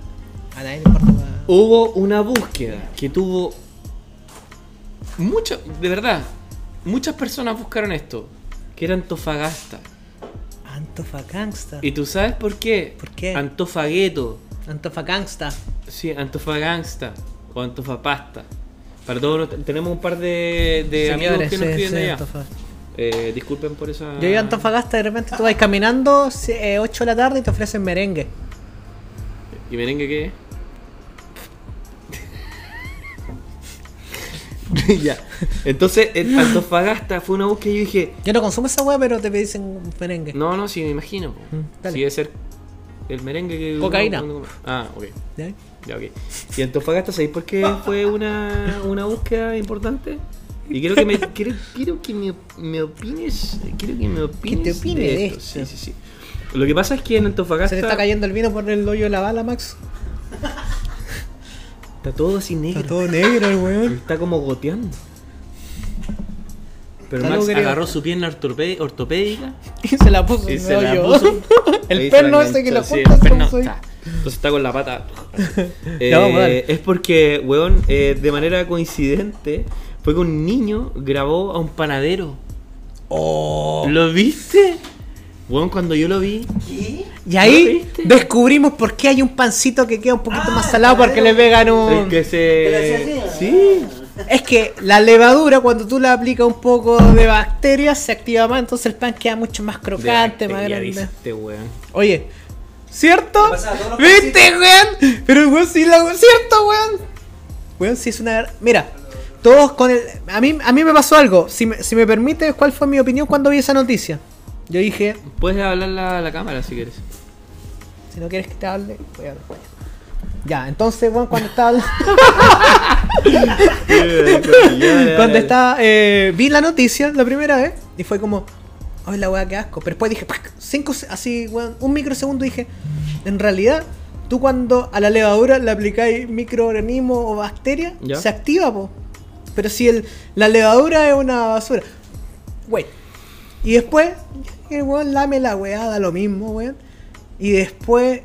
B: A nadie le importa. weón.
A: Hubo una búsqueda que tuvo. Mucho, de verdad, muchas personas buscaron esto, que era Antofagasta.
B: Antofagangsta.
A: ¿Y tú sabes por qué?
B: ¿Por qué?
A: Antofagueto.
B: Antofagangsta.
A: Sí, Antofagangsta o Antofapasta. Para todos, los- tenemos un par de, de amigos
B: Señores,
A: que nos
B: sí,
A: escriben
B: sí,
A: de allá.
B: Antofa-
A: Eh, disculpen por esa.
B: Yo iba a Antofagasta, de repente tú vas caminando, se- eh, 8 de la tarde y te ofrecen merengue.
A: ¿Y merengue qué? es? ya. Entonces, en Antofagasta fue una búsqueda y yo dije,
B: Yo no consumo esa weá, pero te dicen merengue.
A: no, no, sí, me imagino. po.
B: Mm, dale.
A: Sí, debe ser el merengue que...
B: Cocaína.
A: uno- uno- ah, ok.
B: ¿Ya?
A: Ya, ok. Y Antofagasta, ¿sabéis por qué fue una, una búsqueda importante? Y quiero que me, quiero, quiero que me, me opines, quiero que me opines
B: opine de esto.
A: Sí, sí, sí. Lo que pasa es que en Antofagasta
B: Se te está cayendo el vino por el hoyo de la bala, Max.
A: está todo así negro.
B: Está todo negro el weón.
A: Está como goteando. Pero
B: Está
A: Max
B: logrado.
A: agarró su pierna ortopé- ortopédica
B: Y se la puso
A: y
B: en
A: se
B: el
A: la
B: hoyo.
A: puso.
B: El
A: Ahí se la
B: perno ese
A: enganchó,
B: que lo
A: sí, el
B: juntas
A: perno
B: como soy.
A: está. Entonces está con la pata. Eh,
B: Ya, vamos, dale.
A: es porque, weón, eh, de manera coincidente, fue que un niño grabó a un panadero. ¿Lo viste? Weón, cuando yo lo vi,
C: ¿Qué?
B: Y ahí
A: ¿Viste?
B: descubrimos por qué hay un pancito que queda un poquito más salado porque le pegan
A: es
B: un...
A: que se.
C: Pero así,
A: Sí.
B: Es que la levadura cuando tú la aplicas un poco de bacterias se activa más, entonces el pan queda mucho más crocante,
A: De
B: más
A: bacteria,
B: grande.
A: dijiste, este weón.
B: Oye, ¿cierto?
C: Le pasaba a todos los
B: ¿Viste, weón? Pero el weón sí la... ¿Cierto, weón? Weón, sí es una... Mira, todos con el... A mí, a mí me pasó algo. Si me, si me permite, ¿cuál fue mi opinión cuando vi esa noticia? Yo dije, "Mm,
A: Puedes hablar a la cámara si quieres.
B: si no quieres que te hable, voy a hablar. weón. Ya, entonces, weón, cuando estaba... hablando- Cuando estaba, eh, vi la noticia la primera vez y fue como, ay la weá, qué asco. Pero después dije, ¡pac! cinco, se- así, weón, un microsegundo dije, en realidad, tú cuando a la levadura le aplicáis microorganismo o bacteria,
A: Ya.
B: se activa, po. Pero si el, la levadura es una basura, wey. Y después, el weón lame la weá, da lo mismo, weón. Y después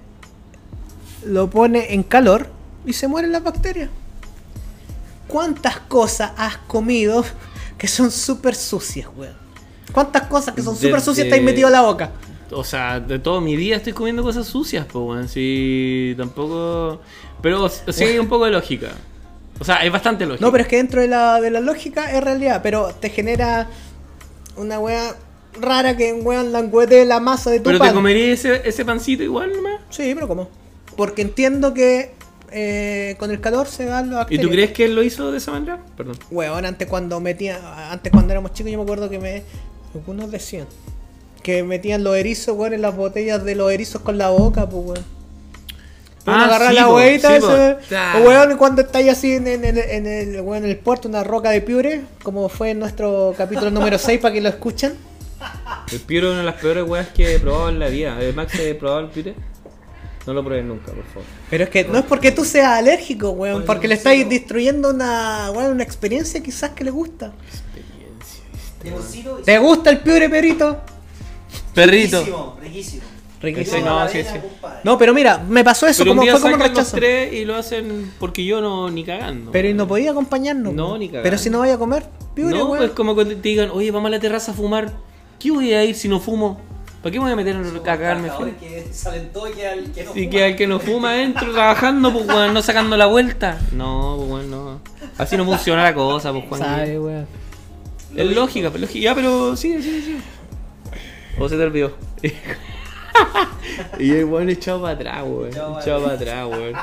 B: lo pone en calor y se mueren las bacterias. ¿Cuántas cosas has comido que son súper sucias, weón? ¿Cuántas cosas que son súper
A: Desde-
B: sucias te has metido a la boca?
A: O sea, de todo mi día estoy comiendo cosas sucias, pues, weón. Sí, tampoco. Pero sí hay un poco de lógica. O sea, es bastante lógica.
B: No, pero es que dentro de la, de la lógica es realidad, pero te genera una weá rara que weón languete la masa de tu
A: Pero
B: pan.
A: te comería ese, ese pancito igual, nomás.
B: Sí, pero ¿cómo? Porque entiendo que eh, con el calor se van los
A: ¿Y tú crees que él lo hizo de esa manera? Perdón.
B: Weón, antes cuando metía, antes cuando éramos chicos, yo me acuerdo que me. Algunos decían que metían los erizos, weón, en las botellas de los erizos con la boca, pues weón. Uno
A: Ah,
B: agarra
A: sí,
B: la
A: po,
B: huevita
A: sí,
B: ese,
A: po.
B: weón.
A: Ta.
B: weón, y cuando estáis así en, en el, en, el, weón, en el puerto, una roca de piure, como fue en nuestro capítulo número 6 para que lo escuchen.
A: El piure es una de las peores weas que he probado en la vida. El Max he probado el piure. No lo probé nunca, por favor.
B: Pero es que no es porque tú seas alérgico, weón, porque le estáis destruyendo una, weón, una experiencia quizás que le gusta.
A: Experiencia.
C: Negocito
B: ¿Te gusta el piure, perito?
A: Perrito.
C: riquísimo, riquísimo.
B: Riquísimo.
C: Yo a la
A: No, sí,
C: avena,
A: sí.
C: compadre.
B: No, pero mira, me pasó eso,
A: Pero un
B: como
A: día
B: fue como un
A: sacan los
B: rechazo.
A: tres y lo hacen porque yo no, ni cagando.
B: Pero y
A: weón.
B: no podía acompañarnos.
A: No,
B: weón.
A: ni cagando.
B: Pero si no vaya a comer, piure,
A: no,
B: weón.
A: pues como cuando te digan, oye, vamos a la terraza a fumar. ¿Qué voy a ir si no fumo? ¿Para qué me voy a meter en
C: Son
A: cagarme?
C: trabajadores que salen todos y al que no
A: Y
C: fuma.
A: que al que no fuma adentro trabajando, pues weón, no sacando la vuelta. No, pues weón, no. Así no funciona la cosa, pues Juan.
B: Sabe, weón.
A: Es lógica, pues, lógica. Ya, pero sí, sí, sí. O se te olvidó. y el weón echado para atrás, weón.
C: Echado para
A: Echado para atrás, weón.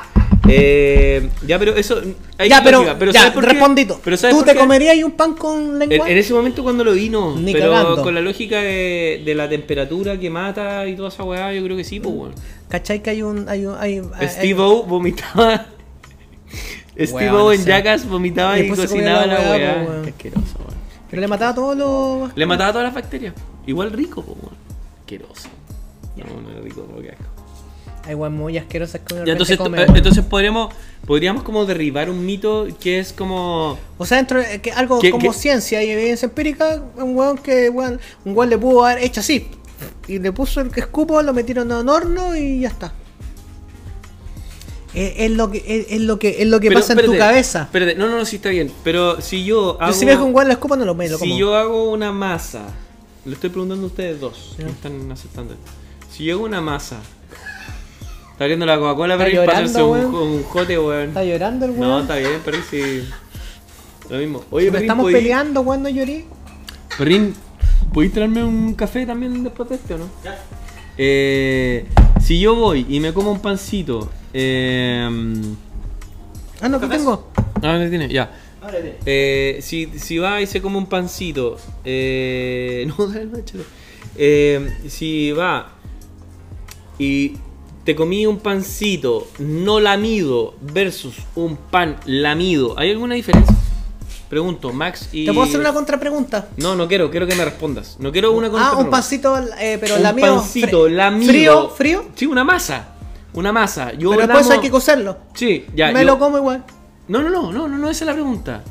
A: Eh, ya, pero eso. hay
B: Ya, pero,
A: lógica,
B: ya,
A: ¿sabes por qué?
B: respondito.
A: Pero ¿sabes
B: ¿Tú
A: por
B: te
A: qué?
B: comerías un pan con
A: En,
B: lengua?
A: en ese momento cuando lo vino,
B: Ni
A: pero
B: cagando.
A: con la lógica de, de la temperatura que mata y toda esa weá, yo creo que sí, pues weón.
B: Mm, ¿Cachai que hay un... Hay un hay, hay-
A: Steve-O vomitaba. Steve-O
B: eh. Weón,
A: en
B: sí.
A: Jackass vomitaba
B: Y
A: y,
B: después se comía
A: cocinaba
B: la
A: la
B: weá,
A: weá.
B: po, weón.
A: Qué asqueroso, weón.
B: Pero le mataba a todos los...
A: Le mataba todas las bacterias. Igual rico, po, weón. Asqueroso. No, no era rico, pero qué asco.
B: Hay weas muy asquerosas que uno de
A: Ya,
B: repente
A: entonces,
B: come,
A: eh,
B: weón.
A: entonces podríamos, podríamos como derribar un mito que es como...
B: O sea, dentro de- que algo
A: ¿Qué-
B: como
A: qué?
B: ciencia y evidencia empírica, un weón que weón, un weón le pudo haber hecho así. Y le puso el que escupo, lo metieron a un horno y ya está. Es, es lo que, es, es lo que, es lo que
A: Pero,
B: pasa en tu
A: espérate,
B: cabeza.
A: espérate. no, no, no, sí está bien. Pero si yo hago...
B: yo si veo que un weón lo escupo, no lo, me lo como.
A: Si yo hago una masa, le estoy preguntando a ustedes dos,
B: Ya.
A: que están aceptando esto. Si yo hago una masa, está abriendo la Coca-Cola
B: Está
A: para ir
B: llorando,
A: pasarse un,
B: weón.
A: un jote, weón.
B: Está llorando el weón.
A: No, está bien, Perrin, sí. Lo mismo. Oye,
B: Pero
A: Perrin,
B: estamos
A: ¿podí-
B: peleando, weón, no lloré.
A: Perrin, ¿podéis traerme un café también después de este o no?
C: Ya.
A: Eh, si yo voy y me como un pancito, eh,
B: Ah, no, que
C: ¿Cafés?
B: tengo.
A: ah, ¿dónde tiene? Ya.
C: Ahora viene.
A: Eh, si, si va y se come un pancito, eh, no, dale, no, échalo. Eh, si va y te comí un pancito no lamido versus un pan lamido, ¿hay alguna diferencia? Pregunto, Max y...
B: Te puedo hacer una contrapregunta.
A: No, no quiero, quiero que me respondas. No quiero una
B: Ah, un
A: contrapregunta.
B: pancito, eh, pero
A: Un
B: lamido.
A: pancito
B: fri-
A: lamido.
B: Frío, frío.
A: Sí, una masa. Una masa. Yo
B: pero después
A: lamo-
B: hay que cocerlo.
A: Sí, ya.
B: me
A: yo-
B: lo como igual.
A: no, no, no, no, no, no, esa es la pregunta.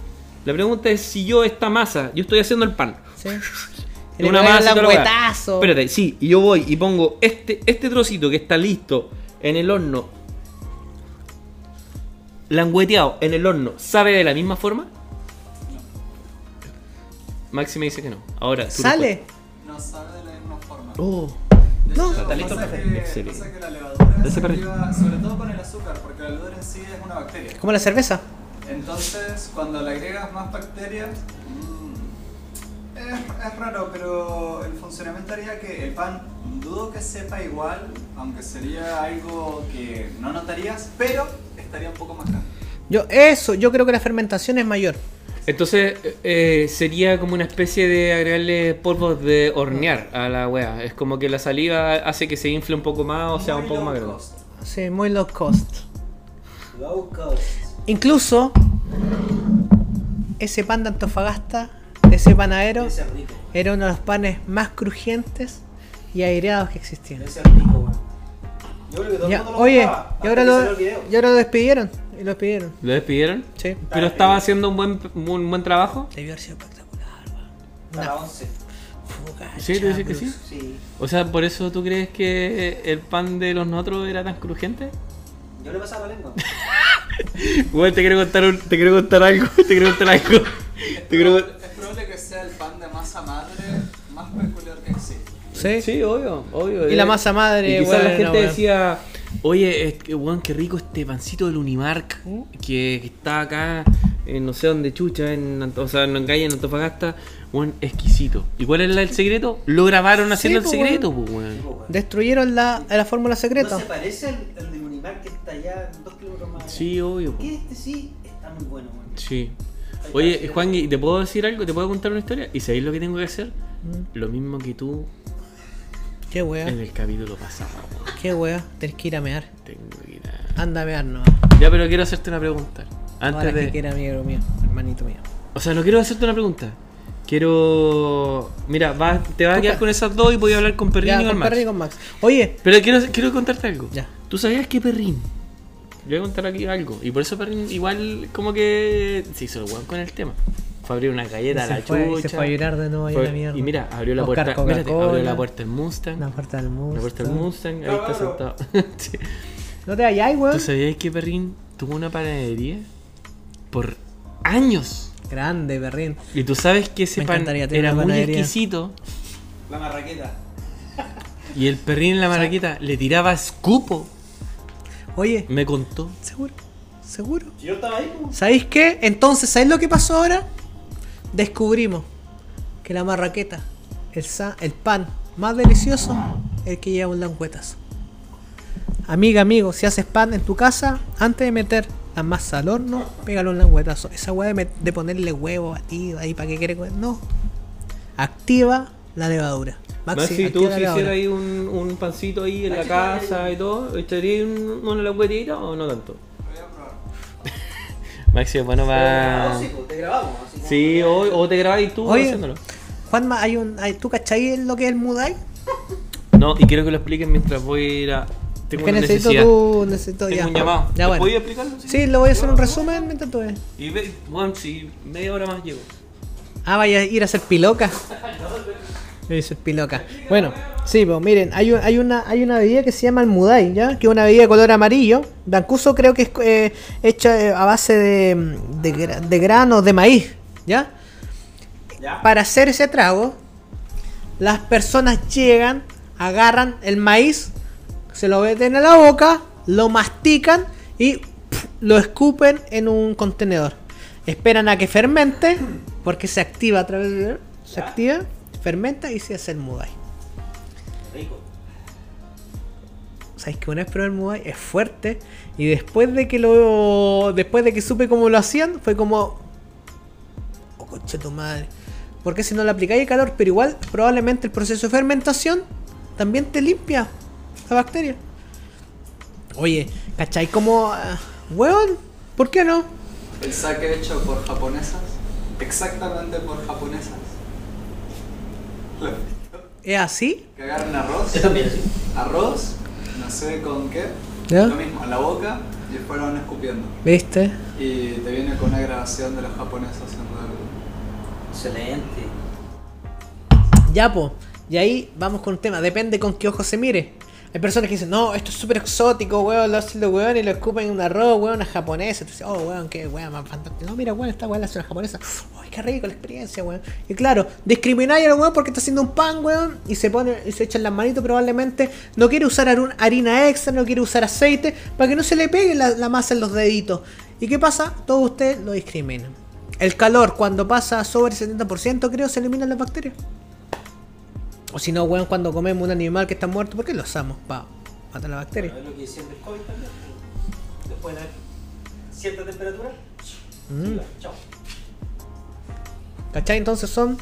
A: La pregunta es si yo esta masa, yo estoy haciendo el pan.
B: Sí. Y
A: Es
B: le
A: una
B: pegáis
A: masa y
B: el
A: toda la weá.
B: languetazo.
A: Espérate, sí, y yo voy y pongo este, este trocito que está listo en el horno. Langueteado en el horno, ¿sabe de la misma forma? Maxi me dice que no. Ahora, tú
B: Sale.
F: No sabe de la misma forma.
A: respondes.
B: No.
F: Lo que
A: listo
F: pasa
A: el café?
F: es que-
A: Excelente.
F: pasa que la levadura
A: Ese
F: se
A: perrito.
F: activa, sobre todo con el azúcar, porque la levadura en sí es una bacteria.
B: Como la cerveza.
F: Entonces, cuando le agregas más bacterias, mm, es, es raro, pero el funcionamiento haría que el pan dudo que sepa igual, aunque sería algo que no notarías, pero estaría un poco más caro.
B: Yo, eso, yo creo que la fermentación es mayor.
A: Oh. Entonces, eh, sería como una especie de agregarle polvos de hornear a la wea. Es como que la saliva hace que se infle un poco más o sea un
F: Muy
A: poco
F: low
A: más grande.
F: cost.
B: Sí, muy low cost.
C: Low cost.
B: Incluso, ese pan de Antofagasta, ese panadero,
C: Debe ser rico.
B: era uno de los panes más crujientes y aireados que existían.
C: Debe ser rico, weón. Yo creo que todo el
B: Ya,
C: mundo lo
B: oye,
C: buscaba, hasta
B: y ahora
C: que salió
B: lo,
C: el video.
B: y ahora lo despidieron. Y lo despidieron.
A: ¿Lo despidieron?
B: Sí.
A: ¿Pero estaba haciendo un buen, un buen trabajo?
B: Debió haber sido espectacular, weón.
C: Hasta la 11.
B: Fuga,
A: Sí, tú dices que sí.
B: chabrus.
C: Sí.
A: O sea, ¿por eso tú crees que el pan de los nosotros era tan crujiente?
C: Yo le pasaba la lengua.
A: Güey, te quiero contar, un- te quiero contar algo, te quiero contar algo. Te quiero...
F: Es probable que sea el pan de masa madre más peculiar que existe.
B: Sí.
A: Sí, obvio, obvio.
B: Y la masa madre,
A: Y quizás
B: bueno,
A: la gente
B: bueno.
A: decía, oye, es que, weón, qué rico este pancito del Unimark que, que está acá, en no sé dónde chucha, en, Anto- o sea, en calle en Antofagasta, weón, exquisito. ¿Y cuál era el secreto? Lo grabaron
B: Sí,
A: haciendo
B: pues,
A: el
B: weón.
A: secreto, pues, weón.
C: Rico, weón.
B: Destruyeron la, la fórmula secreta.
C: No se parece al, al del Unimar que está allá dos kilómetros más. allá.
A: Sí, obvio. pues.
C: Que este sí está muy bueno, weón.
A: Sí. Oye, Juan, ¿te puedo decir algo? ¿Te puedo contar una historia? ¿Y sabéis lo que tengo que hacer? Lo mismo que tú
B: Qué wea,
A: en el capítulo pasado.
B: qué wea. Tenés que ir a mear.
A: Tengo que ir a-
B: Anda a mear, no.
A: Ya, pero quiero hacerte una pregunta. Antes
B: Ahora
A: de...
B: que quiera, amigo mío, hermanito mío.
A: O sea, no quiero hacerte una pregunta. Quiero... Mira, vas- te vas a
B: Tú
A: quedar
B: pe-
A: con esas dos y voy a hablar con Perrín
B: Ya,
A: y con Max.
B: Perry y con Max. Oye,
A: Pero quiero, quiero contarte algo.
B: Ya.
A: ¿Tú sabías que Perrín? Le voy a contar aquí algo. Y por eso Perrín igual como que se hizo el weón con el tema. Fue a abrir una galleta a
B: se
A: la
B: fue,
A: chucha.
B: se fue a llorar de nuevo ahí
A: Fue-
B: a la mierda.
A: Y mira, abrió la
B: Buscar
A: puerta. Mírate,
B: Coca-Cola,
A: abrió la puerta el Mustang.
B: La puerta del mundo.
A: La puerta del Mustang. Ahí está sentado. Sí.
B: No te vayas, weón.
A: ¿Tú sabías que Perrin tuvo una panadería por años?
B: Grande, Berrín.
A: Y tú sabes que ese
B: Me
A: pan
B: encantaría tener
A: era
B: una
A: muy
B: panadería.
A: exquisito.
C: La marraqueta.
A: Y el perrín en la maraquita le tiraba escupo.
B: Oye,
A: Me contó.
B: seguro, seguro.
C: Si yo estaba ahí, pues, weón.
B: ¿Sabéis qué? Entonces, ¿sabéis lo que pasó ahora? Descubrimos que la marraqueta, el, sa- el pan más delicioso, el que lleva un languetazo. Amiga, amigo, si haces pan en tu casa, antes de meter la masa al horno, pégale un languetazo. Esa weá de, met- de ponerle huevo batido ahí para que quede. hue- No. Activa la levadura. Maxi,
A: Maxi,
B: activa
A: tú
B: la
A: si hicieras
B: levadura.
A: ahí un, un pancito ahí en la
C: Maxi,
A: casa
C: dale.
A: y todo, ¿echarías un- una languetita o no tanto?
F: Voy a probar.
A: Maxi, bueno,
C: Te
A: va.
C: grabamos, sí, pues, Te grabamos. así como-
A: Sí, o, o te grabáis tú
B: Oye.
A: haciéndolo.
B: Juanma, hay un, hay- ¿tú cachai lo que es el mudai?
A: No, y quiero que lo expliquen mientras voy a ir a Tengo
B: que
A: una
B: necesito
A: necesidad.
B: tú, necesito
A: Tengo
B: ya.
A: un llamado.
B: Ya
A: ¿Te
B: bueno.
A: podía explicarlo?
B: Sí, lo voy a hacer un resumen mientras tú ves.
A: Y ve, bueno, si media hora más llego.
B: Ah, vaya a ir a hacer piloca. Voy a hacer piloca. Bueno, sí, pues miren, hay, un- hay, una, hay una bebida que se llama almuday, ¿ya? Que es una bebida de color amarillo. Dancuso creo que es eh, hecha eh, a base de, mm, de, gra- de granos de maíz, ¿ya?
C: ¿Ya?
B: Para hacer ese trago, las personas llegan, agarran el maíz, se lo meten a la boca, lo mastican y pf, lo escupen en un contenedor. Esperan a que fermente, porque se activa a través de... Se activa, fermenta y se hace el mudai.
C: Rico.
B: ¿Sabéis que una vez probé el mudai? Es fuerte. Y después de que lo... Después de que supe cómo lo hacían, fue como... Oh, concha tu madre. Porque si no le aplicáis el calor, pero igual probablemente el proceso de fermentación también te limpia la bacteria. Oye, ¿cachai? Como... ah, Weón, ¿por qué no?
F: El sake hecho por japonesas, exactamente por japonesas.
B: ¿Es así?
F: Que agarran arroz,
C: Yo también, sí.
F: arroz, no sé con qué,
B: ¿Ya?
F: lo mismo, a la boca y después lo van escupiendo.
B: ¿Viste?
F: Y te viene con una grabación de los japoneses haciendo algo.
C: Excelente.
B: Ya, po. Y ahí vamos con un tema. Depende con qué ojo se mire. Hay personas que dicen, no, esto es súper exótico, weón, lo hacen los weón y lo escupen en un arroz, weón, una japonesa. Tú dices, oh, weón, qué weón más fantástico. No, mira, weón, esta weón la hace una japonesa. Uy, qué rico la experiencia, weón. Y claro, discrimináis al weón porque está haciendo un pan, weón, y se pone, y se echan las manitos probablemente. No quiere usar harun- harina extra, no quiere usar aceite, para que no se le pegue la, la masa en los deditos. ¿Y qué pasa? Todos ustedes lo discriminan. El calor, cuando pasa sobre el 70%, creo, se eliminan las bacterias. O si no, weón, cuando comemos un animal que está muerto, ¿por qué lo usamos? Para matar la
C: Bueno,
B: bacteria.
C: es lo que decían del COVID también. Después de la cierta temperatura,
B: Mm.
C: iba, chao.
B: ¿Cachai? Entonces son.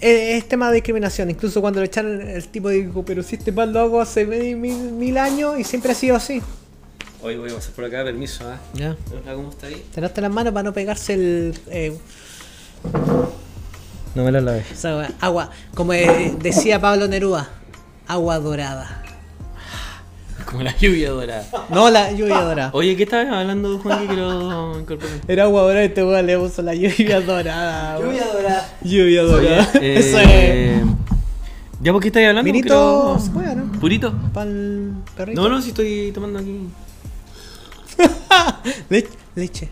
B: eh, Es, tema de discriminación. Incluso cuando lo echaron, el tipo dijo, pero si este pan lo hago hace mil, mil- mil años y siempre ha sido así.
A: Hoy voy a pasar por acá, permiso, ¿ah?
B: Ya.
A: Hola, ¿Cómo está ahí?
B: Tenaste las manos para no pegarse el. eh,
A: No me la lavé.
B: esa weá. agua. Como eh, decía Pablo Neruda, agua dorada.
A: Como la lluvia dorada.
B: No la lluvia dorada.
A: Oye, ¿qué estabas hablando, Juan, que quiero incorporar?
B: Era agua dorada y este weón le puso la lluvia dorada. weón.
C: Lluvia dorada.
B: Lluvia dorada.
A: Eh,
B: Eso es.
A: ¿Ya por qué estáis hablando?
B: Minitos,
A: Quiero-
B: bueno.
A: ¿Purito?
B: Pa'l perrito.
A: No, no, si estoy tomando aquí.
B: Lech- leche.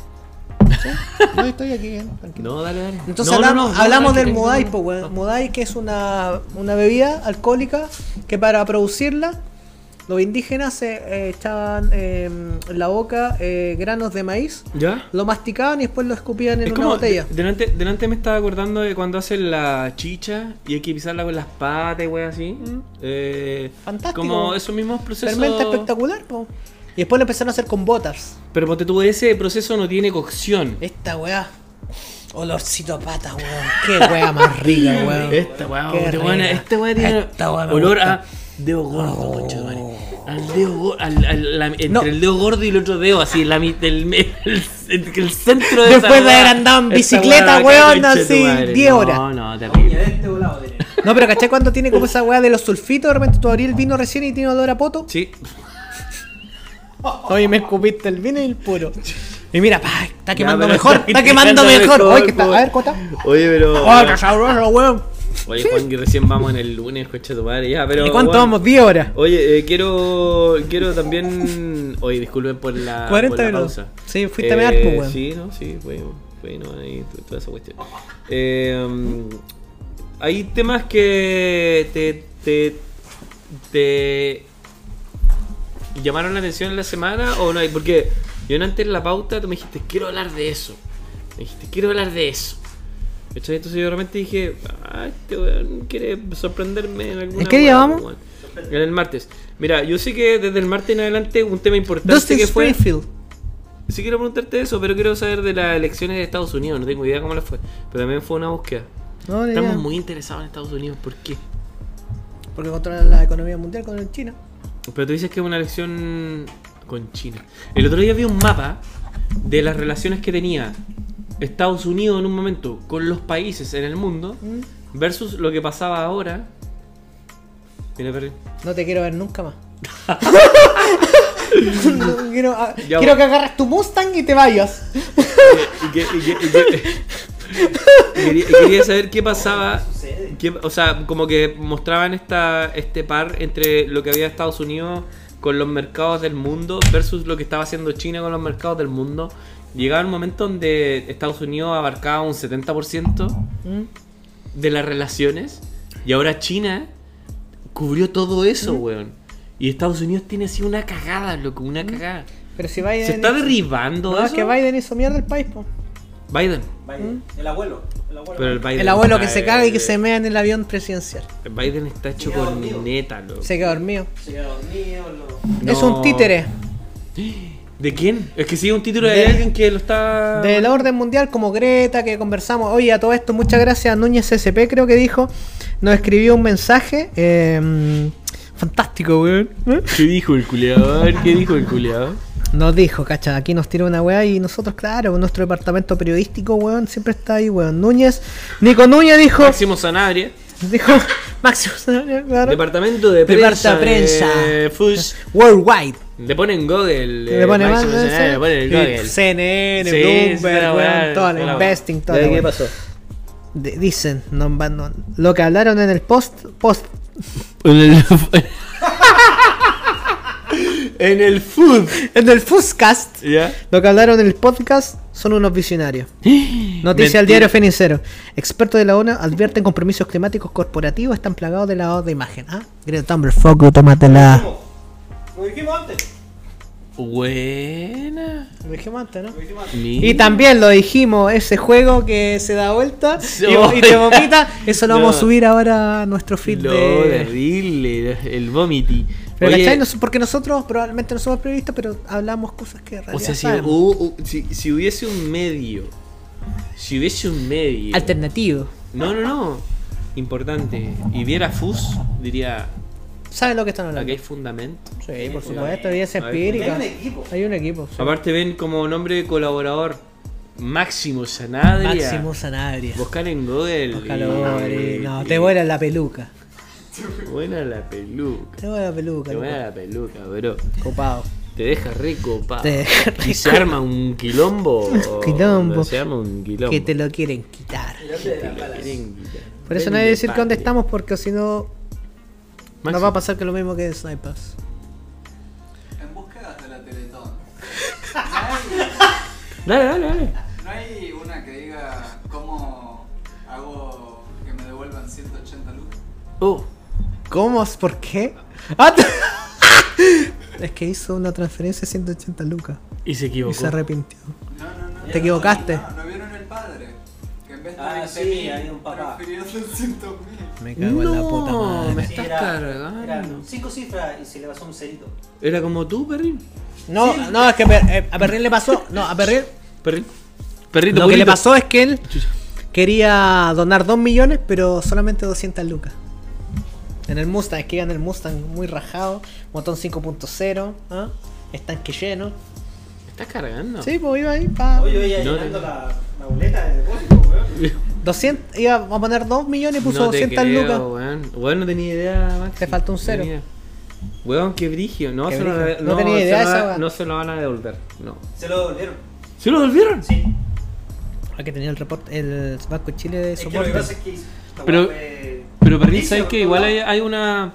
B: No, estoy aquí bien, tranquilo.
A: No, dale, dale.
B: Entonces
A: No, no,
B: hablamos,
A: no, no,
B: hablamos del
A: tranquilo,
B: Mudai,
A: no,
B: po,
A: no.
B: weón. Mudai que es una, una bebida alcohólica que para producirla los indígenas se eh, echaban eh, en la boca eh, granos de maíz,
A: ¿Ya?
B: lo masticaban y después lo escupían en
A: Es
B: una
A: como,
B: botella.
A: de- delante, delante me estaba acordando de cuando hacen la chicha y hay que pisarla con las patas y wey así. Eh,
B: Mm. Fantástico.
A: Como esos mismos procesos.
B: Fermenta espectacular, po. Y después lo empezaron a hacer con botas.
A: Pero ponte tú, ese proceso no tiene cocción.
B: Esta weá. Olorcito a patas, weón. Qué weá más rica, Eh, weón.
A: Esta weá,
B: Qué
A: este weá,
B: rica.
A: este weá tiene
B: Esta weá me
A: olor
B: gusta.
A: a Oh. dedo gordo, conchetumare. Al dedo gordo, al, al- la- entre
B: No.
A: el dedo gordo y el otro dedo, así, la, mi- del- el, el- el centro de
B: Después
A: esa
B: de
A: weá.
B: haber andado en
A: Esta
B: bicicleta,
A: weá,
B: weón, así,
A: conchetumare.
B: 10 horas.
A: No, no,
C: La
A: terrible.
C: uña de este volado tenés.
B: No, pero ¿cachai cuando tiene como esa weá de los sulfitos? De repente tú abrí el vino recién y tiene olor a poto.
A: Sí,
B: Oye, me escupiste el vino y el puro. Y mira, pa, está quemando
A: pero
B: mejor,
A: está
B: está quemando
A: quemando
B: mejor.
A: mejor,
B: Oye, que está,
A: po.
B: a ver, Cota.
A: pues. Oye, pero.
B: Oh, qué sabroso, weón.
A: Oye, Juan, que recién vamos en el lunes, coche tu madre, ya, pero.
B: ¿Y cuánto
A: Juan,
B: vamos? 10 horas.
A: Oye, eh, quiero. Quiero también. Oye, disculpen por la.
B: 40
A: por la
B: minutos.
A: pausa. Eh,
B: Sí, fuiste a mear, pues, weón.
A: Sí, no, sí, bueno, bueno, ahí tu- toda esa cuestión. Eh, mm, hay temas que te. te. te llamaron la atención en la semana o no hay. Porque yo antes en la pauta tú me dijiste, quiero hablar de eso. Me dijiste, quiero hablar de eso. ¿Cachai? Entonces yo realmente dije, ah, este weón quiere sorprenderme en alguna
B: ¿En qué día
A: weá,
B: vamos?
A: weón". En el martes. Mira, yo sé que desde el martes en adelante un tema importante
B: Dustin
A: este que fue.
B: Springfield.
A: Sí quiero preguntarte eso, pero quiero saber de las elecciones de Estados Unidos. No tengo idea cómo las fue. Pero también fue una búsqueda.
B: No, ni
A: Estamos
B: idea.
A: muy interesados en Estados Unidos. ¿Por qué?
B: Porque controlan la economía mundial con China.
A: Pero tú dices que es una elección con China. El otro día vi un mapa de las relaciones que tenía Estados Unidos en un momento con los países en el mundo versus lo que pasaba ahora. Mira, perdí.
B: No te quiero ver nunca más. No, quiero, ah,
A: Ya,
B: quiero
A: bueno.
B: que agarres tu Mustang y te vayas.
A: Y que- y que- y que- quería, quería saber qué pasaba.
C: Sucede.
A: qué- o sea, como que mostraban esta, este par entre lo que había Estados Unidos con los mercados del mundo versus lo que estaba haciendo China con los mercados del mundo. Llegaba un momento donde Estados Unidos abarcaba un 70%
B: Mm.
A: de las relaciones y ahora China cubrió todo eso, weón. Y Estados Unidos tiene así una cagada, loco, una cagada.
B: Pero si Biden.
A: Se está
B: hizo-
A: derribando
B: Eh, No, es
A: eso.
B: que Biden hizo mierda el país, po.
A: Biden.
C: Vaya, El abuelo. El abuelo.
A: ¿Mm? Pero el Biden
B: El abuelo que
A: está,
B: se caga y que
A: eh,
B: se mea en el avión presidencial.
A: Biden está hecho
C: Cuidado,
A: con
C: amigo.
A: neta, loco.
B: Se queda dormido.
C: Se queda dormido. Lo...
A: No.
B: Es un títere
A: ¿De quién? Es que sigue un título de,
B: De-
A: alguien que lo está.
B: del orden mundial como Greta que conversamos. Oye, a todo esto, muchas gracias. Núñez SP creo que dijo. Nos escribió un mensaje. eh, fantástico, weón. ¿Eh?
A: ¿Qué dijo el culeado? A ver, ¿qué dijo el culeado?
B: Nos dijo, cacha, aquí nos tira una weá y nosotros, claro, nuestro departamento periodístico, weón, siempre está ahí, weón. Núñez, Nico Núñez dijo,
A: Máximo Sanabria,
B: dijo, Máximo, claro.
A: departamento de prensa.
B: Departa
A: De
B: prensa.
A: Fush.
B: Worldwide.
A: Le ponen Google. eh,
B: Le pone más,
A: Máximo Sanabria, le ponen el Google.
B: CNN,
A: Sí,
B: Bloomberg,
A: sí, la weá,
B: weón, todo,
A: la weá.
B: Investing, todo.
A: ¿De
B: la
A: qué
B: weá.
A: pasó?
B: De- dicen, no, va- no- lo que hablaron en el post, post,
A: En el. en el food.
B: en el Fuscast,
A: ¿Ya?
B: lo que hablaron en el podcast son unos visionarios. Noticia al diario Fenicero. Expertos de la ONU advierten compromisos climáticos corporativos están plagados de lado de imagen. Ah, Greta Thunberg, foco, tómatela.
C: Dijimos. Lo dijimos antes.
A: Buena.
B: Lo dijimos antes, ¿no?
C: Lo dijimos antes.
A: Mira.
B: Y también lo dijimos, ese juego que se da vuelta y, y te vomita, eso lo
A: No.
B: vamos a subir ahora a nuestro feed
A: Lo
B: de...
A: horrible, el vomiti.
B: Pero
A: Oye,
B: ¿cachai? No sé, porque nosotros probablemente no somos periodistas, pero hablamos cosas que en
A: o
B: realidad
A: sea, si,
B: sabemos.
A: hu- hu- si- si hubiese un medio, si hubiese un medio,
B: Alternativo.
A: no, no, no, importante, y viera FUS, diría,
B: ¿Saben lo que están hablando?
A: aquí hay fundamento.
B: Sí, por supuesto, evidencia
A: A ver,
B: empírica.
C: Hay un equipo.
B: Hay un equipo. sí.
A: Aparte ven como nombre de colaborador, Máximo Sanadria.
B: Máximo Sanabria.
A: Buscar en Google.
B: Calores,
A: y-
B: no,
A: y-
B: te vuela la peluca.
A: Buena la peluca.
B: Te vuela la peluca,
A: Te buena la peluca, bro.
B: copado.
A: Te deja rico, pa.
B: Te deja
A: Y se arma un quilombo.
B: quilombo.
A: Se arma un quilombo.
B: Que te lo quieren quitar.
A: Quieren quitar.
B: Por eso no
A: Ven
B: hay
A: de
B: que decir que dónde
A: patria.
B: estamos porque si no nos
A: Máximo.
B: va a pasar que lo mismo que Snipers.
F: En búsqueda de la Teletón.
A: Dale, dale, dale.
F: ¿No hay una que diga cómo hago que me devuelvan 180 lucas?
A: Oh.
B: ¿Cómo? ¿Por qué? Ah, es que hizo una transferencia de 180 lucas
A: Y se
B: y
A: equivocó.
B: se arrepintió.
F: No, no, no.
B: Te equivocaste.
F: No, ¿no vieron el padre? Que en vez de
C: Ah,
F: 20.000,
C: sí, había un papá.
F: transfirió 300 mil.
B: Me cago en la puta
A: No, me
B: madre.
A: estás ¿eh?
C: Era-
A: cargando.
C: eran cinco cifras y se le pasó un cerito.
A: Era como tú, perrín.
B: No, no, es que per- eh, a Perrin le pasó. No, a Perrin.
A: Perrín. Perrito.
B: Lo que
A: purito.
B: le pasó es que él
A: Chucha.
B: quería donar 2 millones, pero solamente 200 lucas. En el Mustang, es que iban en el Mustang muy rajado, motor 5.0, ¿ah? estanque lleno.
A: ¿Me estás cargando?
B: Sí, pues iba ahí pa-
C: Hoy yo iba
A: Ah. No,
C: llenando
A: no.
C: la, la boleta de depósito, weón.
B: 200, iba a poner 2 millones y puso
A: no te
B: 200
A: creo,
B: lucas.
A: Weón. Weón, no tenía idea, Maxi.
B: Te falta un
A: No
B: cero.
A: tenía. Weón, qué brigio. No,
B: Qué
A: se lo-
B: brigio. No
A: no,
B: tenía
A: se
B: idea
A: lo va-
B: esa, weón.
A: no se lo van a devolver. No.
C: Se lo devolvieron.
A: ¿Se lo devolvieron?
C: Sí.
B: Hay que tenía el reporte, el Banco de Chile de
C: Es que lo que
B: soporte.
C: pasa es que. esta
A: Pero-
C: weá fue-
A: Pero Perrin,
C: Noticia,
A: ¿sabes que
C: ¿no?
A: Igual hay, hay una...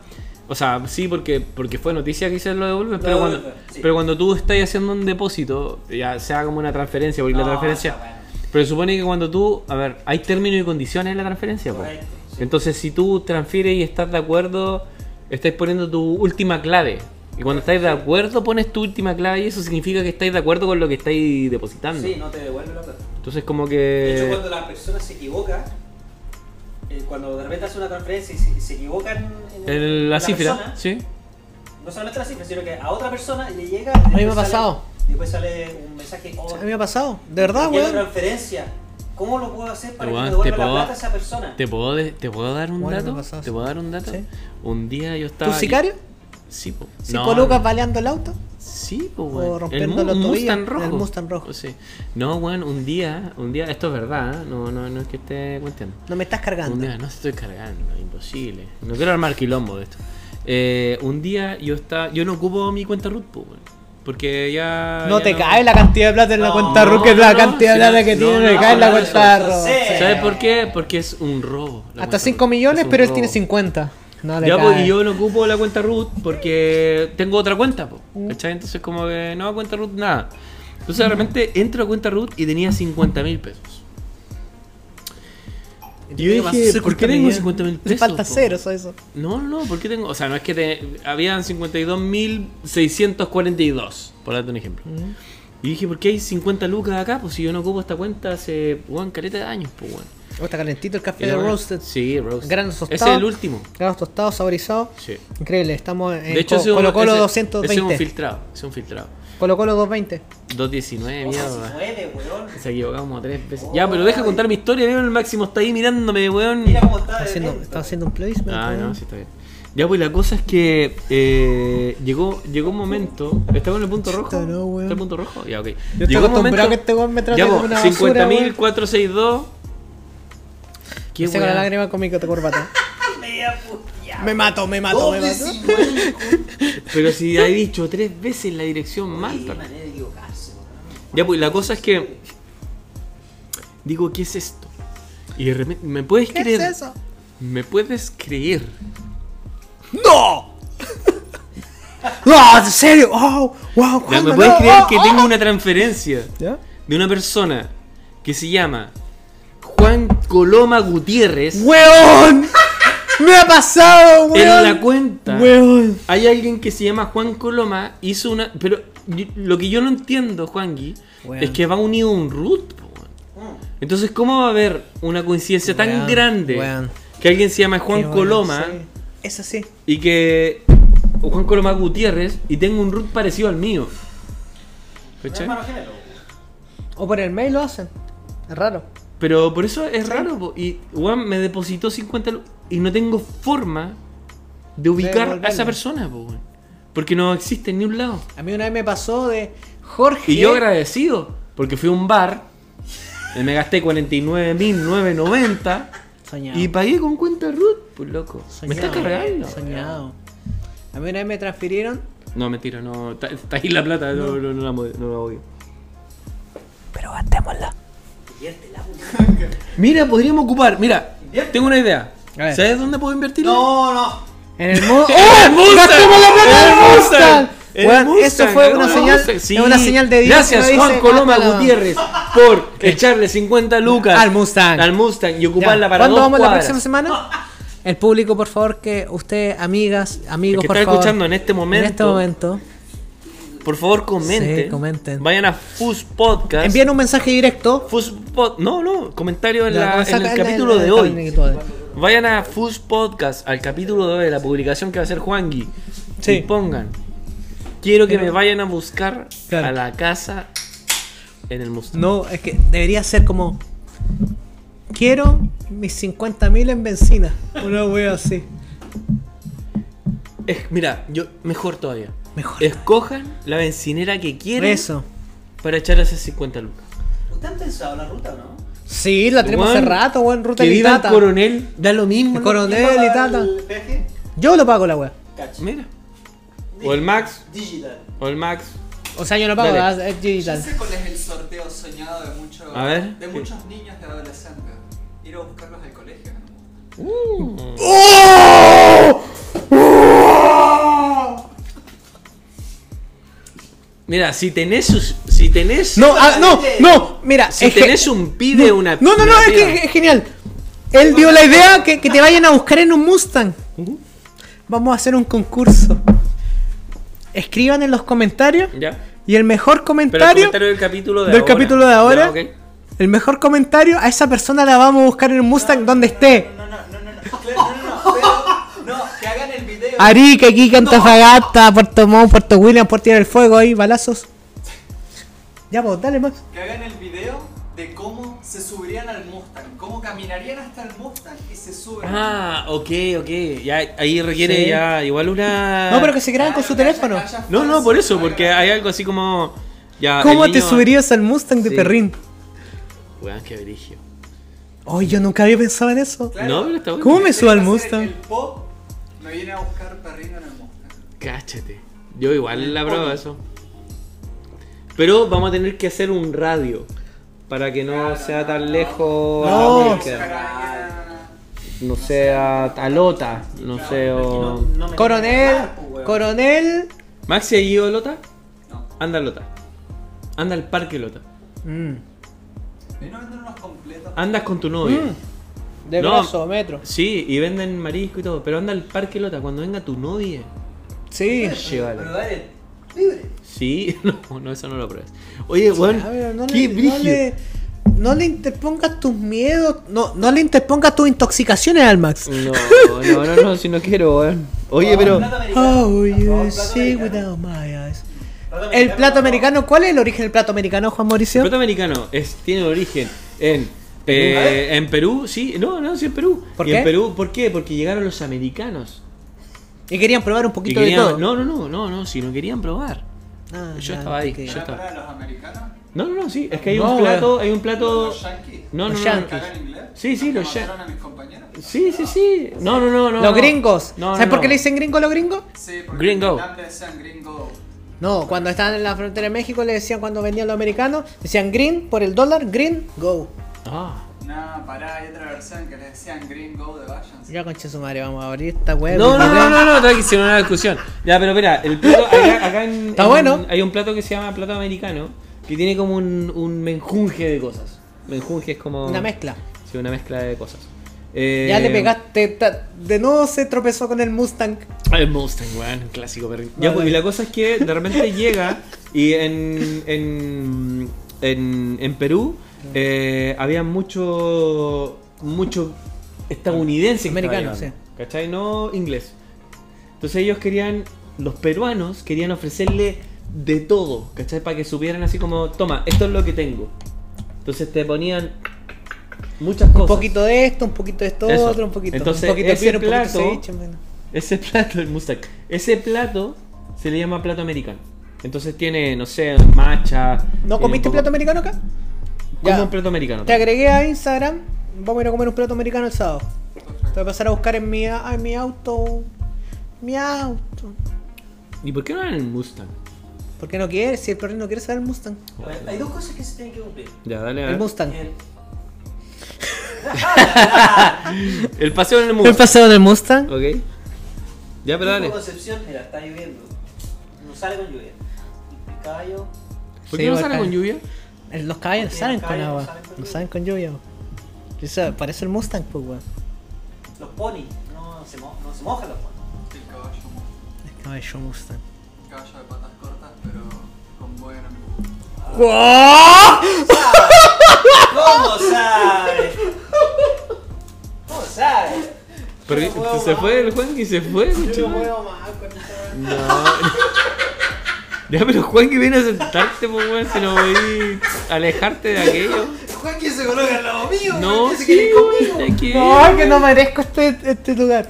A: O sea, sí, porque, porque fue noticia que se lo devuelven,
C: Lo
A: pero,
C: devuelven,
A: cuando,
C: sí.
A: pero cuando tú estás haciendo un depósito, ya sea como una transferencia, porque la
C: No,
A: transferencia...
C: esa weá
A: Pero supone que cuando tú... A ver, hay términos y condiciones en la transferencia, po.
C: Correcto, este, sí.
A: Entonces, si tú transfieres y estás de acuerdo, estás poniendo tu última clave. Y cuando estáis de acuerdo, pones tu última clave y eso significa que estáis de acuerdo con lo que estáis
C: no.
A: depositando.
C: Sí, no te devuelve la plata.
A: Entonces, como
C: De hecho,
A: que...
C: cuando la persona se equivoca, eh, cuando de repente hace una transferencia y se, se equivoca en, en-
A: el- la,
C: en
A: cifra,
C: persona,
A: ¿sí?
C: no solamente la cifra, sino que a otra persona le llega.
B: me
C: después
B: ha
C: sale-
B: pasado.
C: Después sale un mensaje. oh,
B: A mí me ha pasado, de verdad,
C: ya la
B: weón.
C: transferencia. ¿Cómo lo puedo hacer para
A: Weón,
C: que me
A: te
C: devuelva la
A: puedo-
C: plata a esa persona?
A: ¿Te puedo, de- ¿Te puedo dar un
B: Bueno, me
A: dato?
B: pasó
A: ¿Te puedo dar un dato?
B: Sí.
A: Un día yo estaba.
B: ¿Tu sicario?
A: Sí, po.
B: ¿Cinco lucas baleando el auto?
A: Sí, po,
B: o
A: weón.
B: rompiendo
A: mu-
B: los
A: un
B: tobillos,
A: Mustang rojo. Oh,
B: el Mustang rojo.
A: Sí. No, weón, un día, un día, esto es verdad, ¿eh? no, no, no es que esté cuenteando.
B: No me estás
A: Un
B: cargando.
A: día, no estoy cargando, imposible. No quiero armar quilombo de esto. Eh, un día yo estaba, yo no ocupo mi cuenta root, po, weón. Porque ya.
B: No
A: ya
B: te cae la cantidad de plata en la
C: No,
B: cuenta RUC, es la
A: no,
B: cantidad de
A: sí,
B: plata que
A: no,
B: tiene,
A: no,
B: le cae en la
C: no,
B: cuenta
C: no,
B: RUC.
C: sí.
A: ¿Sabes por qué? Porque es un robo. la
B: Hasta
A: cuenta
B: 5
A: Ruth. Es
B: millones,
A: un
B: pero él
A: robo.
B: tiene 50. No eh. le
A: Ya,
B: cae.
A: pues, y yo no ocupo la cuenta root porque tengo otra cuenta, po,
B: Mm.
A: ¿cachai? Entonces, como que no a cuenta root nada. Entonces, de repente entro a cuenta root y tenía 50 mil pesos. Y yo dije, ¿por qué tengo 50 mil
B: Le
A: pesos?
B: falta
A: po?
B: cero, eso, eso.
A: No, no, no, ¿por qué tengo? O sea, no es que te, habían 52.642, por darte un ejemplo.
B: Mm.
A: Y dije, ¿por qué hay 50 lucas acá? Pues si yo no ocupo esta cuenta hace, weón, caleta de años, pues, weón.
B: Oh, está calentito el café
A: Y
B: de
A: la weá-
B: Roasted.
A: Sí, roasted.
B: Granos
A: Ese es
B: tostados.
A: el último.
B: Granos tostados, saborizados.
A: Sí.
B: Increíble, estamos en
A: De hecho,
B: Eh, Co-
A: ese es un-
B: Colo
A: ese-
B: Colo
A: Ese es un
B: 220.
A: filtrado, ese es un filtrado.
B: Colo Colo 220.
A: 219, mierda.
C: 19, Oh, weón.
A: Se equivocamos tres veces. Ya, pero deja contar mi historia, vieron el máximo está ahí mirándome, weón.
C: Mira cómo está.
B: Está
C: de
B: haciendo,
C: lento.
B: está haciendo un placement.
A: eh, Ah,
B: weón.
A: no, sí está bien. Ya, pues la cosa es que eh, llegó, llegó un momento. ¿Estaba en el punto rojo?
B: Chuta, no, weón.
A: ¿Está en el punto rojo? Ya, ok.
B: Yo estoy
A: Llegó un
B: acostumbrado
A: momento-
B: que este weón me trate
A: Ya,
B: como
A: pues,
B: una basura,
A: 50.462.
B: Me
A: Qué
B: saco la
A: weá.
B: lágrima con mi corbata.
C: Media puteada.
B: me mato, me mato, me mato.
A: Pero si ha dicho tres veces la dirección mal.
C: Qué
A: para-
C: manera de equivocarse, weón.
A: Ya, pues la cosa es que. Digo, ¿qué es esto? Y de repente, ¿me puedes
B: ¿Qué
A: creer?
B: es eso?
A: ¿Me puedes creer?
B: ¡No! ¡No! ¿En serio? ¡Oh! ¡Wow!
A: O sea,
B: Juanma,
A: ¿Me puedes
B: no,
A: creer
B: oh,
A: que
B: oh.
A: tengo una transferencia
B: ¿Ya?
A: de una persona que se llama Juan Coloma Gutiérrez
B: ¡Weón! ¡Me ha pasado,
A: en
B: weón!
A: la cuenta?
B: ¡Weón!
A: Hay alguien que se llama Juan Coloma, hizo una. Pero yo- lo que yo no entiendo, Juangui,
B: Weón.
A: es que va unido un root. po, weón.
C: Mm.
A: Entonces, ¿cómo va a haber una coincidencia tan
B: Weón,
A: grande
B: weón.
A: que alguien se llama Juan
B: Qué bueno,
A: Coloma
B: sí. Eso sí.
A: y que. o Juan Coloma Gutiérrez y tengo un root parecido al mío?
C: Un
A: ¿Cachai?
C: hermano gemelo.
B: O por el mail lo hacen. Es raro.
A: Pero por eso es raro. po. Y weón me depositó 50 lu- y no tengo forma de ubicar
B: devolverlo.
A: a esa persona, po, weón. Porque no existe en ningún lado.
B: A mí una vez me pasó de Jorge.
A: Y yo agradecido, porque fui a un bar, y me gasté 49.990
B: Soñado.
A: y pagué con cuenta Ruth, pues loco.
B: soñado,
A: me estás cargando.
B: Soñado. A mí una vez me transfirieron.
A: No, mentira, no. Está, está ahí la plata, no, no, no la, mo- no la odio.
B: Pero gastémosla.
C: Diviértela, puta.
A: Mira, podríamos ocupar. Mira,
C: Invierte.
A: tengo una idea.
B: A ver.
A: ¿Sabes dónde puedo invertir?
F: No, no.
B: En el mundo.
A: ¡Oh, ¡El Mustang!
B: ¡Gastemos ¡Oh! la plata
A: ¡El
B: del Mustang!
A: Mustang! ¡El
B: Weón,
A: Mustang!
B: eso fue una
A: ¡El Mustang!
B: señal,
A: Sí.
B: es una señal de Dios. que
A: Gracias,
B: nos
A: Juan
B: dice,
A: Coloma
B: "Gátala".
A: Gutiérrez, por echarle 50 lucas
B: Al Mustang.
A: al Mustang y
B: Ya,
A: ocuparla para
B: ¿Cuándo
A: dos
B: vamos la
A: cuadras.
B: próxima semana? El público, por favor, que usted, amigas,
A: El
B: amigos,
A: que
B: por
A: está
B: favor.
A: escuchando en este momento,
B: En este momento.
A: por favor comenten.
B: Sí, comenten.
A: Vayan a Fus Podcast.
B: Envíen un mensaje directo.
A: Fus Pod- no, no, comentario en,
B: Ya,
A: la-
B: no,
A: en
B: saca-
A: el capítulo de hoy.
B: capítulo de hoy.
A: Vayan a Fus Podcast, al capítulo de hoy, la publicación que va a hacer Juangui.
B: Sí.
A: Y pongan. Quiero que me vayan a buscar
B: Claro.
A: a la casa en el Mustang.
B: No, es que debería ser como. Quiero mis 50.000 en benzina. Una wea así.
A: Es- mira, yo mejor todavía.
B: Mejor.
A: Escojan la bencinera que quieran
B: Eso.
A: para echar esas 50 lucas.
C: ¿Usted han pensado la ruta o no?
B: Sí, la tenemos
A: Weón,
B: hace rato, weón. Ruta
A: que
B: y
A: viva el
B: tata.
A: coronel, da lo mismo.
B: El
A: ¿no?
B: coronel.
C: ¿Quién
B: Nelly,
C: paga
B: tata.
C: ¿El peaje?
B: Yo lo pago la wea.
C: Cacho.
A: Mira. O el Max,
C: Digital.
A: o el Max.
B: O sea, yo lo pago.
A: Dale.
B: ah, Es digital.
F: sé cuál es el sorteo soñado de, muchos
A: A ver.
F: de muchos niños de adolescentes. Ir a buscarlos al colegio.
A: Mira, si tenés sus- si tenés
B: No, ah, no, no. Mira,
A: si
B: es que-
A: tenés un pibe
B: no,
A: una
B: No, no, no,
A: una
B: es
A: piba.
B: que es genial. Él dio la idea que, que te vayan a buscar en un Mustang.
A: Ujú.
B: Vamos a hacer un concurso. Escriban en los comentarios
A: ya.
B: y el mejor
A: Pero el
B: comentario,
A: comentario del capítulo de
B: del
A: ahora.
B: capítulo de ahora,
A: Ya, ok.
B: el mejor comentario a esa persona la vamos a buscar en un Mustang donde esté.
F: No, no, no, no, no. Claro, no, no, no. Pero, no, que hagan el video.
B: Arica, Iquique, Antofagasta, Puerto Montt, Puerto William, por tirar el fuego ahí, balazos. Ya, pues, dale más.
F: Que hagan el video de cómo se subirían al Mustang. Cómo caminarían hasta el Mustang y se suben.
A: Ah, ok, ok. Ya, ahí requiere
B: Sí.
A: ya igual una
B: No, pero que se graban con su teléfono.
A: No, no, por eso, porque hay algo así como ya
B: ¿Cómo
A: Ah, el
B: te
A: niño- ¿eh?
B: subirías al Mustang de
A: Sí.
B: Perrín?
A: Weón, qué brillo.
B: Ay, yo nunca había pensado en eso.
A: No, pero está bueno.
B: ¿Cómo me subo al Mustang?
F: El pop me viene a buscar perrino en el Mustang.
A: Cáchate. Yo igual la pruebo eso. Pero vamos a tener que hacer un radio para que no sea tan lejos. a
F: Ah,
B: No.
A: la búsqueda. no sea Talota, no sea. o-
B: Coronel,
A: Ah, pues,
B: coronel.
A: Maxi ha ido a Lota,
F: No.
A: anda a Lota. Anda al parque Lota.
B: Mm.
F: Ven a vender unos completos.
A: Andas con tu novio.
B: Mm. De
A: No.
B: brazo, metro.
A: Sí, y venden marisco y todo, pero anda al parque Lota cuando venga tu novia.
B: Sí.
A: Llévala.
C: dale.
A: Sí, no, no, eso no lo pruebas. Oye, weón,
B: A ver, no
A: qué
B: le, no,
A: brígido.
B: le, no le interpongas tus miedos, no, no le interpongas tus intoxicaciones al Max.
A: No, no, no, no, si no quiero, weón. Oye, pero.
B: Oh, you
C: plato
B: see
C: americano.
B: without my eyes. El plato americano, ¿cuál es el origen del plato americano, Juan
A: El
B: Mauricio?
A: plato americano es, tiene origen en, eh, en Perú, sí, no, no, sí en Perú.
B: ¿Por
A: y
B: qué?
A: en Perú, ¿por qué? Porque llegaron los americanos.
B: Y querían probar un
A: Y
B: poquito de todo.
A: querían, no, no, no, no, no, si no querían probar.
B: Ah,
A: yo
B: ya,
A: estaba ahí,
B: ok.
A: yo
F: ¿Para,
A: estaba-
F: para los americanos?
A: No, no, no, sí, es que hay
B: No,
A: un plato, hay un plato.
F: ¿Los yankees?
A: No, no,
B: Los
A: no,
B: yankees.
F: ¿Cagan inglés?
A: Sí, sí,
F: ¿Los
A: los
F: que
A: ya-
F: mataron a mis compañeros?
A: Sí, sí, sí. No, no, no, no.
B: los
A: no.
B: gringos.
A: No, no,
B: ¿Sabes por
A: no.
B: qué le dicen gringo a los gringos?
F: Sí, porque
A: Gringo.
F: en Irlanda decían gringo.
B: No, cuando estaban en la frontera de México le decían cuando venían los americanos, decían green por el dólar, green, go.
A: Ah.
F: Nah, pará, hay otra versión que le decían gringo de váyanse.
B: Ya conche su madre, vamos a abrir esta web.
A: No, no, no, no, no, tranqui, si no, una discusión. Ya, pero mira, el plato, acá, acá en,
B: Está
A: en-
B: bueno.
A: hay un plato que se llama plato americano, que tiene como un, un menjunje de cosas. Menjunje es como...
B: Una mezcla.
A: Sí, una mezcla de cosas. Eh,
B: Ya le pegaste, ta- de nuevo se tropezó con el Mustang.
A: El Mustang, weón, un clásico perrín. Ya, pues, y la cosa es que de repente llega y en, en, en, en Perú eh, había mucho, mucho estadounidense. que estaba
B: Americano,
A: llegando, ¿Cachai? No inglés. Entonces ellos querían, los peruanos querían ofrecerle de todo, ¿cachai? Para que supieran así como, toma, esto es lo que tengo. Entonces te ponían muchas cosas.
B: Un poquito de esto, un poquito de esto,
A: Eso.
B: otro, un poquito.
A: Entonces,
B: un poquito de
A: ese
B: piedra, un poquito de
A: plato-
B: ceviche, bueno.
A: Ese plato, el Mustang, ese plato se le llama plato americano. Entonces tiene, no sé, macha.
B: ¿No comiste plato americano acá?
A: americano?
B: Ya.
A: un plato americano.
B: Te agregué a Instagram. Vamos a ir a comer un plato americano el sábado. Te voy a pasar a buscar en mi, a- en mi auto. Mi auto.
A: ¿Y por qué no en el Mustang?
B: ¿Por qué no quieres? Si el perro no quiere saber el Mustang.
C: A ver, Hay dos cosas que se tienen que cumplir. Eh,
A: Ya, dale a ver.
B: El Mustang.
C: El-
A: El paseo en el Mustang.
B: pasado en el Mustang?
A: ok. Ya, pero
C: Tipo
A: dale.
C: Concepción, mira, está lloviendo. No sale con lluvia. El caballo.
A: ¿Por
B: Sí,
A: qué no
B: bacán.
A: sale con lluvia?
B: Los caballos no
C: Porque
B: saben
C: los
B: con
C: caballos no
B: agua.
C: saben con
B: No
C: lluvia.
B: saben con lluvia. po. Eso parece el Mustang, pues, weón.
C: Los ponis. No se, mo- no se mojan los ponis.
F: El caballo,
B: El caballo Mustang.
F: caballo de patas cortas, pero con buen amigo.
C: ¿Cómo sabe? ¿Cómo sabe?
A: Pero
C: no puedo
A: se
C: más.
A: fue el Juan y se fue,
C: Yo no
A: conchetumare.
C: puedo más con esta-
A: No. ya, pero Juan que viene a sentarte, pues weón, si no voy a alejarte de aquello.
F: Juan que se coloca al lado mío.
A: No,
F: se
A: sí, hay que
B: No,
A: ir.
B: que no merezco este, este lugar.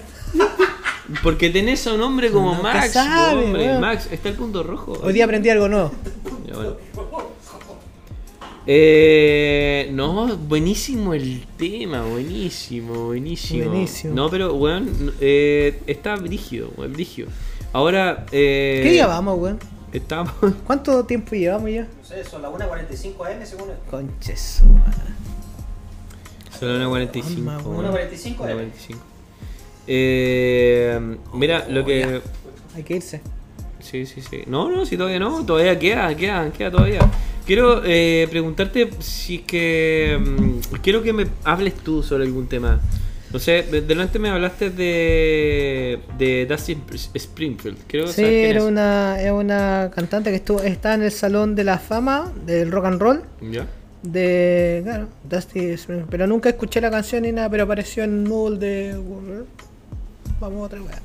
A: Porque tenés a un hombre como
B: No
A: Max.
B: te sabe,
A: po, hombre.
B: weón.
A: Max, está el punto rojo.
B: Hoy día aprendí algo nuevo.
A: Ya, bueno. Eh, no, buenísimo el tema, buenísimo, buenísimo.
B: Buenísimo.
A: No, pero, weón, no, eh, está brígido, weón, brígido. Ahora, eh,
B: ¿Qué día vamos, weón?
A: Estamos.
B: ¿Cuánto tiempo llevamos ya?
C: No sé, son las 1.45 am según esto.
B: Conches. madre.
A: Solo una 45.
B: Mamá,
A: weón.
B: Una
C: 45,
A: Una
C: eh.
A: 45. Eh, mira, lo que.
B: Hay que irse.
A: Sí, sí, sí. No, no, si todavía no, todavía queda, queda, queda todavía. Quiero eh, preguntarte si es que. mm, quiero que me hables tú sobre algún tema. No sé, de- delante me hablaste de. de Dusty Sp- Springfield. Quiero
B: Sí,
A: saber quién
B: era
A: es.
B: una, era una cantante que estuvo, está en el Salón de la Fama del Rock and Roll
A: ¿Ya?
B: de. Claro, Dusty Springfield. Pero nunca escuché la canción ni nada, pero apareció en Noodle de. Vamos a otra weá.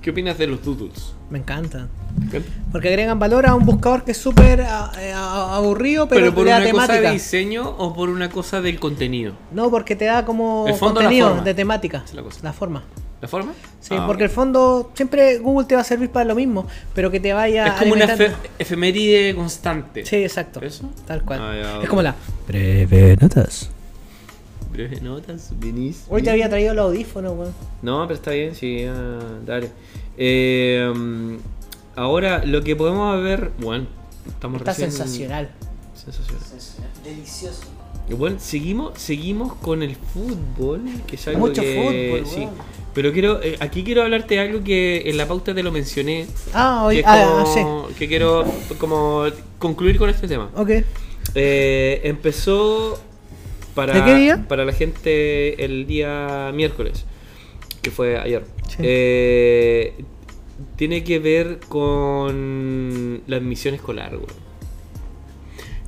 A: ¿Qué opinas de los Doodles?
B: Me encanta.
A: Pero,
B: Porque agregan valor a un buscador que es súper a- eh, a- aburrido, pero,
A: por
B: te da
A: una cosa de
B: temática.
A: diseño o por una cosa del contenido.
B: No, porque te da como
A: El fondo, la
B: contenido
A: forma.
B: de temática.
A: Esa es la cosa.
B: la forma.
A: ¿La forma?
B: Sí,
A: Ah,
B: porque el
A: ok.
B: fondo siempre Google te va a servir para lo mismo, pero que te vaya
A: Es como una efe-
B: alimentando.
A: efeméride constante.
B: Sí, exacto.
A: ¿Eso?
B: Tal cual.
A: Ah, ya,
B: es
A: ok.
B: como la.
A: Breve notas, venís.
B: Hoy te había traído los audífonos, weón.
A: No, pero está bien, sí, ah, dale. Eh, ahora, lo que podemos ver, bueno, Estamos
B: Está
A: recién-
B: sensacional.
A: Sensacional.
C: Sensacional. Delicioso.
A: Bueno, seguimos, seguimos con el fútbol, que es algo
B: Mucho
A: que-
B: fútbol,
A: sí.
B: weón.
A: Pero quiero, eh, aquí quiero hablarte de algo que en la pauta te lo mencioné.
B: Ah,
A: que,
B: hoy,
A: es
B: ah, sí.
A: como- que quiero como concluir con este tema.
B: Ok.
A: Eh, empezó para,
B: ¿De qué día?
A: para la gente el día miércoles, que fue ayer.
B: Sí.
A: Eh, tiene que ver con la admisión escolar, weón.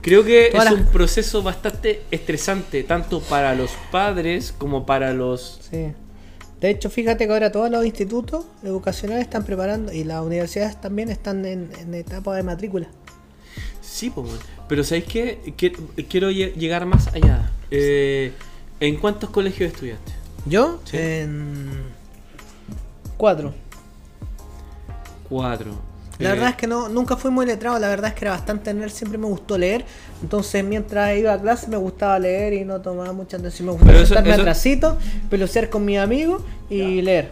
A: Creo que
B: Todas
A: es
B: las-
A: un proceso bastante estresante, tanto para los padres como para los...
B: Sí. De hecho, fíjate que ahora todos los institutos educacionales están preparando y las universidades también están en, en etapa de matrícula.
A: Sí, po, weón. pero ¿sabéis qué? Quie- Quiero lle- llegar más allá. Eh, ¿En cuántos colegios estudiaste?
B: ¿Yo?
A: Sí.
B: En cuatro.
A: Cuatro.
B: La
A: Eh,
B: verdad es que no, nunca fui muy letrado, la verdad es que era bastante nerd, siempre me gustó leer. Entonces mientras iba a clase me gustaba leer y no tomaba mucha atención. Me gustaba
A: Pero eso-
B: sentarme
A: eso-
B: atrasito, pelucear con mis amigos y leer.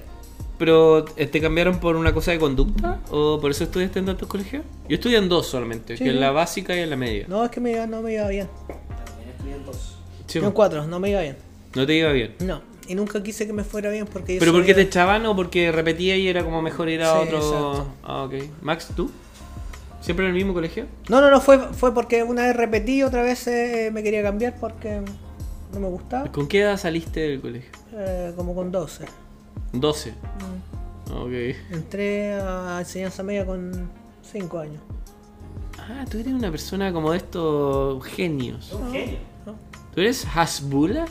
A: ¿Pero eh, te cambiaron por una cosa de conducta? ¿O por eso estudiaste en tantos colegios? Yo estudié en dos solamente,
B: Sí.
A: que en la básica y en la media.
B: No, es que me iba- no me iba bien.
C: También estudié en dos.
A: Sí,
B: Yo en cuatro, no me iba bien.
A: no te iba bien.
B: No, y nunca quise que me fuera bien porque yo
A: ¿Pero
B: soy-
A: porque te echaban o porque repetía y era como mejor ir a
B: Sí,
A: otro...?
B: exacto.
A: Ah, ok. Max, ¿tú? ¿Siempre en el mismo colegio?
B: No, no, no, fue, fue porque una vez repetí, otra vez eh, me quería cambiar porque no me gustaba.
A: ¿Con qué edad saliste del colegio?
B: Eh, como con 12.
A: 12. Ok.
B: Entré a enseñanza media con 5 años.
A: Ah, tú eres una persona como de estos genios.
B: Ah.
C: Un genio.
A: ¿Tú eres Hasbula?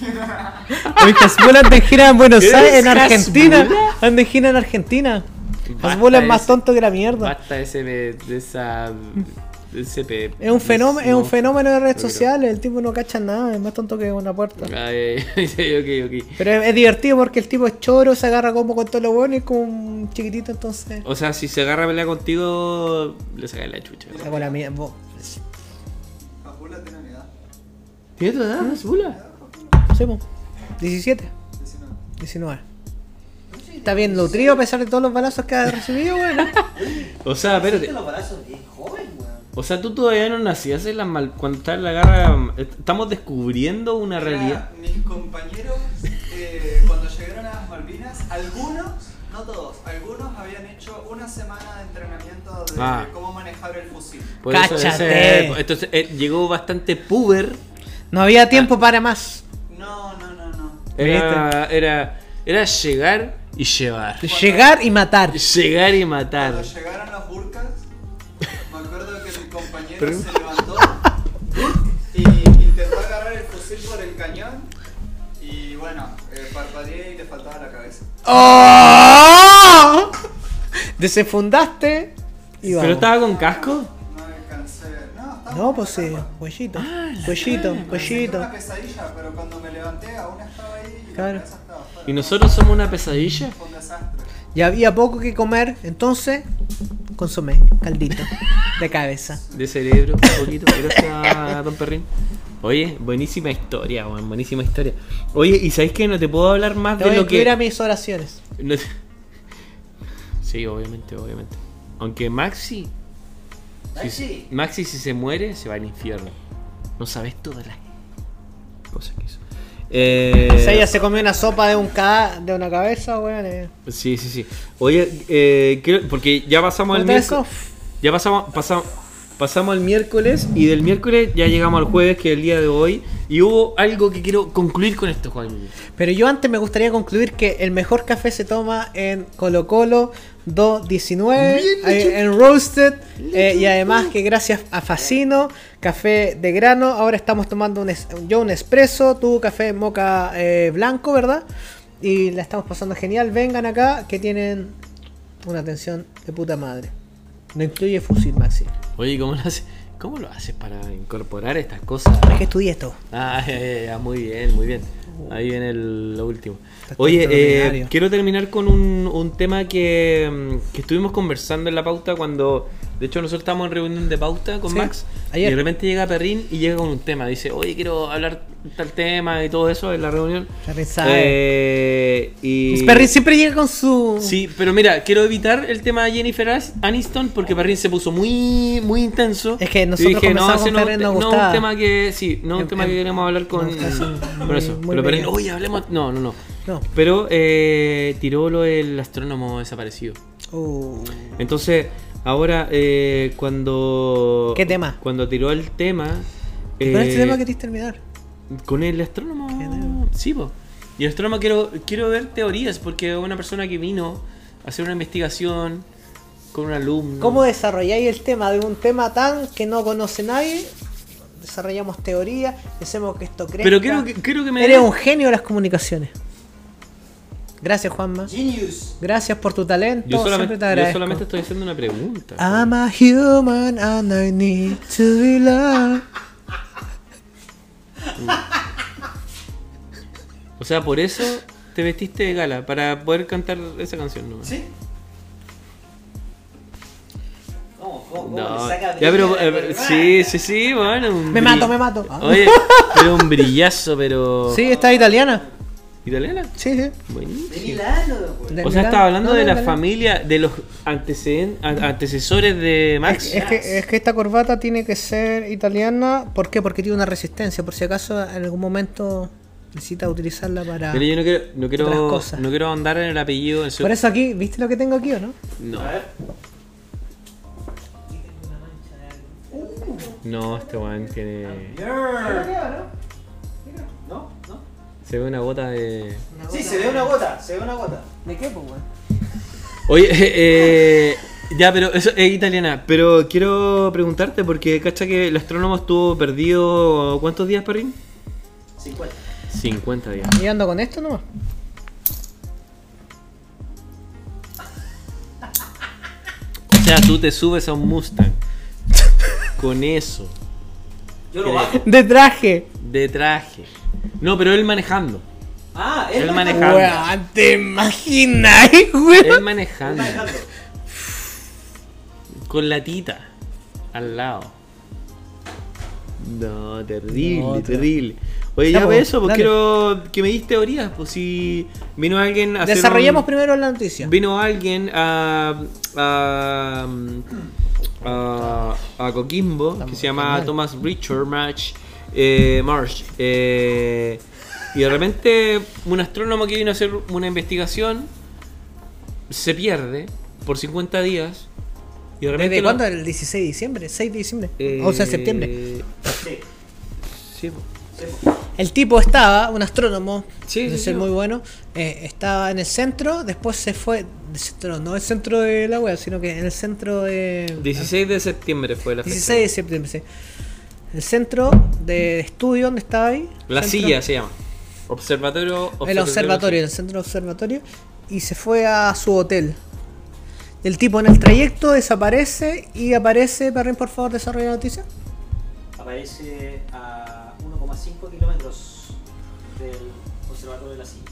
B: Oye, Hasbula anda en gira en Buenos
A: ¿Eres
B: Aires, en
A: Hasbula?
B: Argentina. Anda en gira en Argentina.
A: Basta
B: Hasbula es
A: de
B: más
A: ese-
B: tonto que la mierda.
A: Basta de, ese, de esa... de ese pe-
B: Es un fenómeno, es un
A: no.
B: fenómeno de redes
A: no creo.
B: sociales. El tipo no cacha nada, es más tonto que una puerta.
A: Ay, ay, Ah, eh, ok, ok.
B: Pero es, es divertido porque el tipo es choro, se agarra como con todo lo bueno y es como un chiquitito, entonces.
A: O sea, si se agarra a pelear contigo, le sacas la chucha.
B: Saco la mía. vos-
F: Papula tiene mi edad.
A: ¿Tiene tu edad, Zula?
B: no sé, po, 17.
F: 19.
B: 19. Está bien nutrido a pesar de todos los balazos que ha recibido, bueno.
A: O sea,
C: Hiciste
A: espérate.
C: los brazos bien joven, weón.
A: O sea, tú todavía no nacías en la mal... cuando estás en la garra. Estamos descubriendo una
F: Mira,
A: realidad.
F: Mis compañeros, eh, cuando llegaron a las Malvinas, algunos, no todos, algunos habían hecho una semana de entrenamiento de
A: Ah.
F: cómo manejar el fusil.
A: Por eso debe
B: Cáchate.
A: ser- entonces, eh, llegó bastante puber.
B: No había tiempo para más.
F: No, no, no, no.
A: Era, era, era llegar y llevar.
B: Llegar y matar.
A: Llegar y
F: Cuando
A: matar.
F: llegaron las burcas, me acuerdo que mi compañero
A: Pero-
F: se levantó y intentó agarrar el fusil por el cañón. Y bueno, eh, parpadeé y le faltaba la cabeza.
B: ¡Oh! Desenfundaste y vamos.
A: ¿Pero estaba con casco?
F: No alcancé. No, estaba
B: No,
F: con
B: pues
F: la
B: sí,
F: tapa.
A: Ah,
B: cuellito. Cuellito,
F: Me sentí
B: cuellito.
F: una pesadilla, pero cuando me levanté aún estaba ahí y
B: Claro.
F: la cabeza estaba afuera.
A: ¿Y nosotros somos una pesadilla?
F: Fue un desastre.
B: Y había poco que comer, entonces consomé caldito de cabeza.
A: de cerebro un poquito. Gracias, don Perrín. Oye, buenísima historia, weón, buenísima historia. Oye, ¿y sabéis que no te puedo hablar más
B: Te
A: de
B: voy a
A: lo que...
B: incluir a mis oraciones.
A: no te- Sí, obviamente, obviamente. Aunque Maxi...
C: Ay,
A: si-
C: sí.
A: Maxi si se muere, se va al infierno. No sabes todas las cosas que hizo. Eh,
B: Si ella se comió una sopa de, un ca- de una cabeza, weón. eh.
A: Sí, sí, sí. Oye, eh, creo- porque ya pasamos al
B: ¿Cómo está eso?
A: miércoles. Ya pasamos, pasamos, pasamos al miércoles y del miércoles ya llegamos al jueves, que es el día de hoy. Y hubo algo que quiero concluir con esto, Juan.
B: Pero yo antes me gustaría concluir que el mejor café se toma en Colo Colo 219, eh, en Roasted, eh, y además que gracias a Facino, café de grano, ahora estamos tomando un es- yo un espresso, tú café moca eh, blanco, ¿verdad? Y la estamos pasando genial, vengan acá que tienen una atención de puta madre. No incluye fusil, Maxi.
A: Oye, ¿cómo lo haces? ¿Cómo lo haces para incorporar estas cosas?
B: Es que estudié esto.
A: Ah, ya, ya, ya, muy bien, muy bien. Ahí viene el, lo último.
B: Está
A: Oye,
B: extraordinario.
A: eh, quiero terminar con un, un tema que, mm, que estuvimos conversando en la pauta cuando, de hecho, nosotros estábamos en reunión de pauta con
B: Sí,
A: Max.
B: ayer.
A: Y de repente llega Perrin y llega con un tema. Dice, oye, quiero hablar tal tema y todo eso en la reunión.
B: Perrin sabe.
A: Eh, y...
B: Perrin siempre llega con su.
A: Sí, pero mira, quiero evitar el tema de Jennifer As- Aniston porque Perrin se puso muy muy intenso.
B: Es que
A: Y
B: nosotros conversamos
A: ese
B: con
A: no, es
B: Perrin,
A: un te-
B: nos
A: no es
B: gustaba.
A: un tema que sí, no es
B: Em-
A: un tema que
B: em-
A: queremos hablar con
B: nos gustaba, sí,
A: por eso.
B: muy
A: Pero Perrin,
B: bello.
A: oye, hablemos, no, no, no.
B: No.
A: Pero eh, tiró lo del astrónomo desaparecido.
B: Uh,
A: Entonces, ahora eh, cuando
B: ¿Qué tema?
A: Cuando tiró el tema
B: Con este
A: eh,
B: tema queréis terminar.
A: con el
B: ¿Qué tema?
A: astrónomo. Sí, po. Y el astrónomo quiero, quiero ver teorías, porque una persona que vino a hacer una investigación con un alumno.
B: ¿Cómo desarrolláis el tema de un tema tan que no conoce nadie? Desarrollamos teoría, hacemos que esto crezca.
A: Pero quiero que, quiero que me
B: Eres
A: den-
B: un genio de las comunicaciones. Gracias, Juanma.
C: Genius.
B: Gracias por tu talento.
A: Yo solamente,
B: Siempre te
A: yo
B: agradezco. Ah.
A: solamente estoy haciendo una pregunta.
B: I'm a human and I need to be loved.
A: O sea, por eso te vestiste de gala, para poder cantar esa canción nomás.
C: ¿Sí? ¿Cómo? ¿Cómo?
B: oh,
C: ¿Cómo?
A: No.
C: le saca
A: Ya, pero,
C: brillo a la
A: eh,
C: verdad?
A: sí, sí, sí, bueno. un
B: ah. Me
A: bri-
B: mato, me mato. Ah.
A: Oye, pero un brillazo, pero.
B: Sí, está italiana.
A: ¿Italiana?
B: Sí, sí.
A: Buenísimo.
C: De Milano, güey.
B: De
A: O sea,
B: Milán.
A: estaba hablando
B: No,
A: de la
B: Milán.
A: familia, de los anteceden- a- antecesores de Max.
B: Es, es que, es que esta corbata tiene que ser italiana. ¿Por qué? Porque tiene una resistencia. Por si acaso en algún momento necesita utilizarla para.
A: Pero yo no quiero, no
B: Otras
A: quiero,
B: cosas.
A: no quiero ahondar en el apellido. en su-
B: Por eso aquí, ¿viste lo que tengo aquí o no?
A: No,
C: A ver.
A: no, este weón tiene.
C: Girl. ¿No? ¿No?
A: Se ve una gota de.
C: Sí, se ve una gota, se ve una gota.
B: ¿De qué, pues, weón?
A: Oye, eh, eh, ya, pero eso es italiana. Pero quiero preguntarte, porque cacha que el astrónomo estuvo perdido. ¿Cuántos días, Perrin?
C: 50.
A: 50 días.
B: Y ando con esto nomás.
A: O sea, tú te subes a un Mustang. Con eso.
C: Yo lo bajo.
B: De traje.
A: De traje. No, pero él manejando.
C: Ah,
A: Él
C: él
A: maneja.
C: maneja.
B: Weón, te imaginas,
A: Él
B: weón.
C: Él
A: manejando.
C: manejando.
A: Con la tita. Al lado. No, terrible,
B: No, otra.
A: terrible. Oye,
B: Ya,
A: ya
B: pues,
A: ve eso, pues
B: dale.
A: quiero que me dis teorías. Pues si vino alguien a hacer
B: Desarrollamos
A: un-
B: primero la noticia.
A: Vino alguien a. a. a, a Coquimbo, que se llama
B: genial.
A: Thomas Richard Marsh. eh, Marsh eh, y de repente, un astrónomo que vino a hacer una investigación se pierde por 50 días. Y de repente
B: ¿Desde
A: lo-
B: cuándo? El 16 de diciembre, 6 de diciembre,
A: eh,
B: 11 de septiembre.
C: Sí,
A: Sí, po.
C: sí. po.
B: El tipo estaba, un astrónomo,
A: Sí,
B: de
A: sí,
B: ser
A: sí.
B: muy bueno, eh, estaba en el centro, después se fue, del centro, no el centro de la web, sino que en el centro de...
A: 16 de septiembre fue la fecha.
B: 16 de septiembre, sí. El centro de estudio donde estaba ahí.
A: La
B: centro-
A: silla se llama. Observatorio.
B: El observatorio, el centro observatorio. Y se fue a su hotel. El tipo en el trayecto desaparece y aparece. Perrin, por favor, desarrolla la noticia.
C: Aparece a 1,5 kilómetros del observatorio de la silla.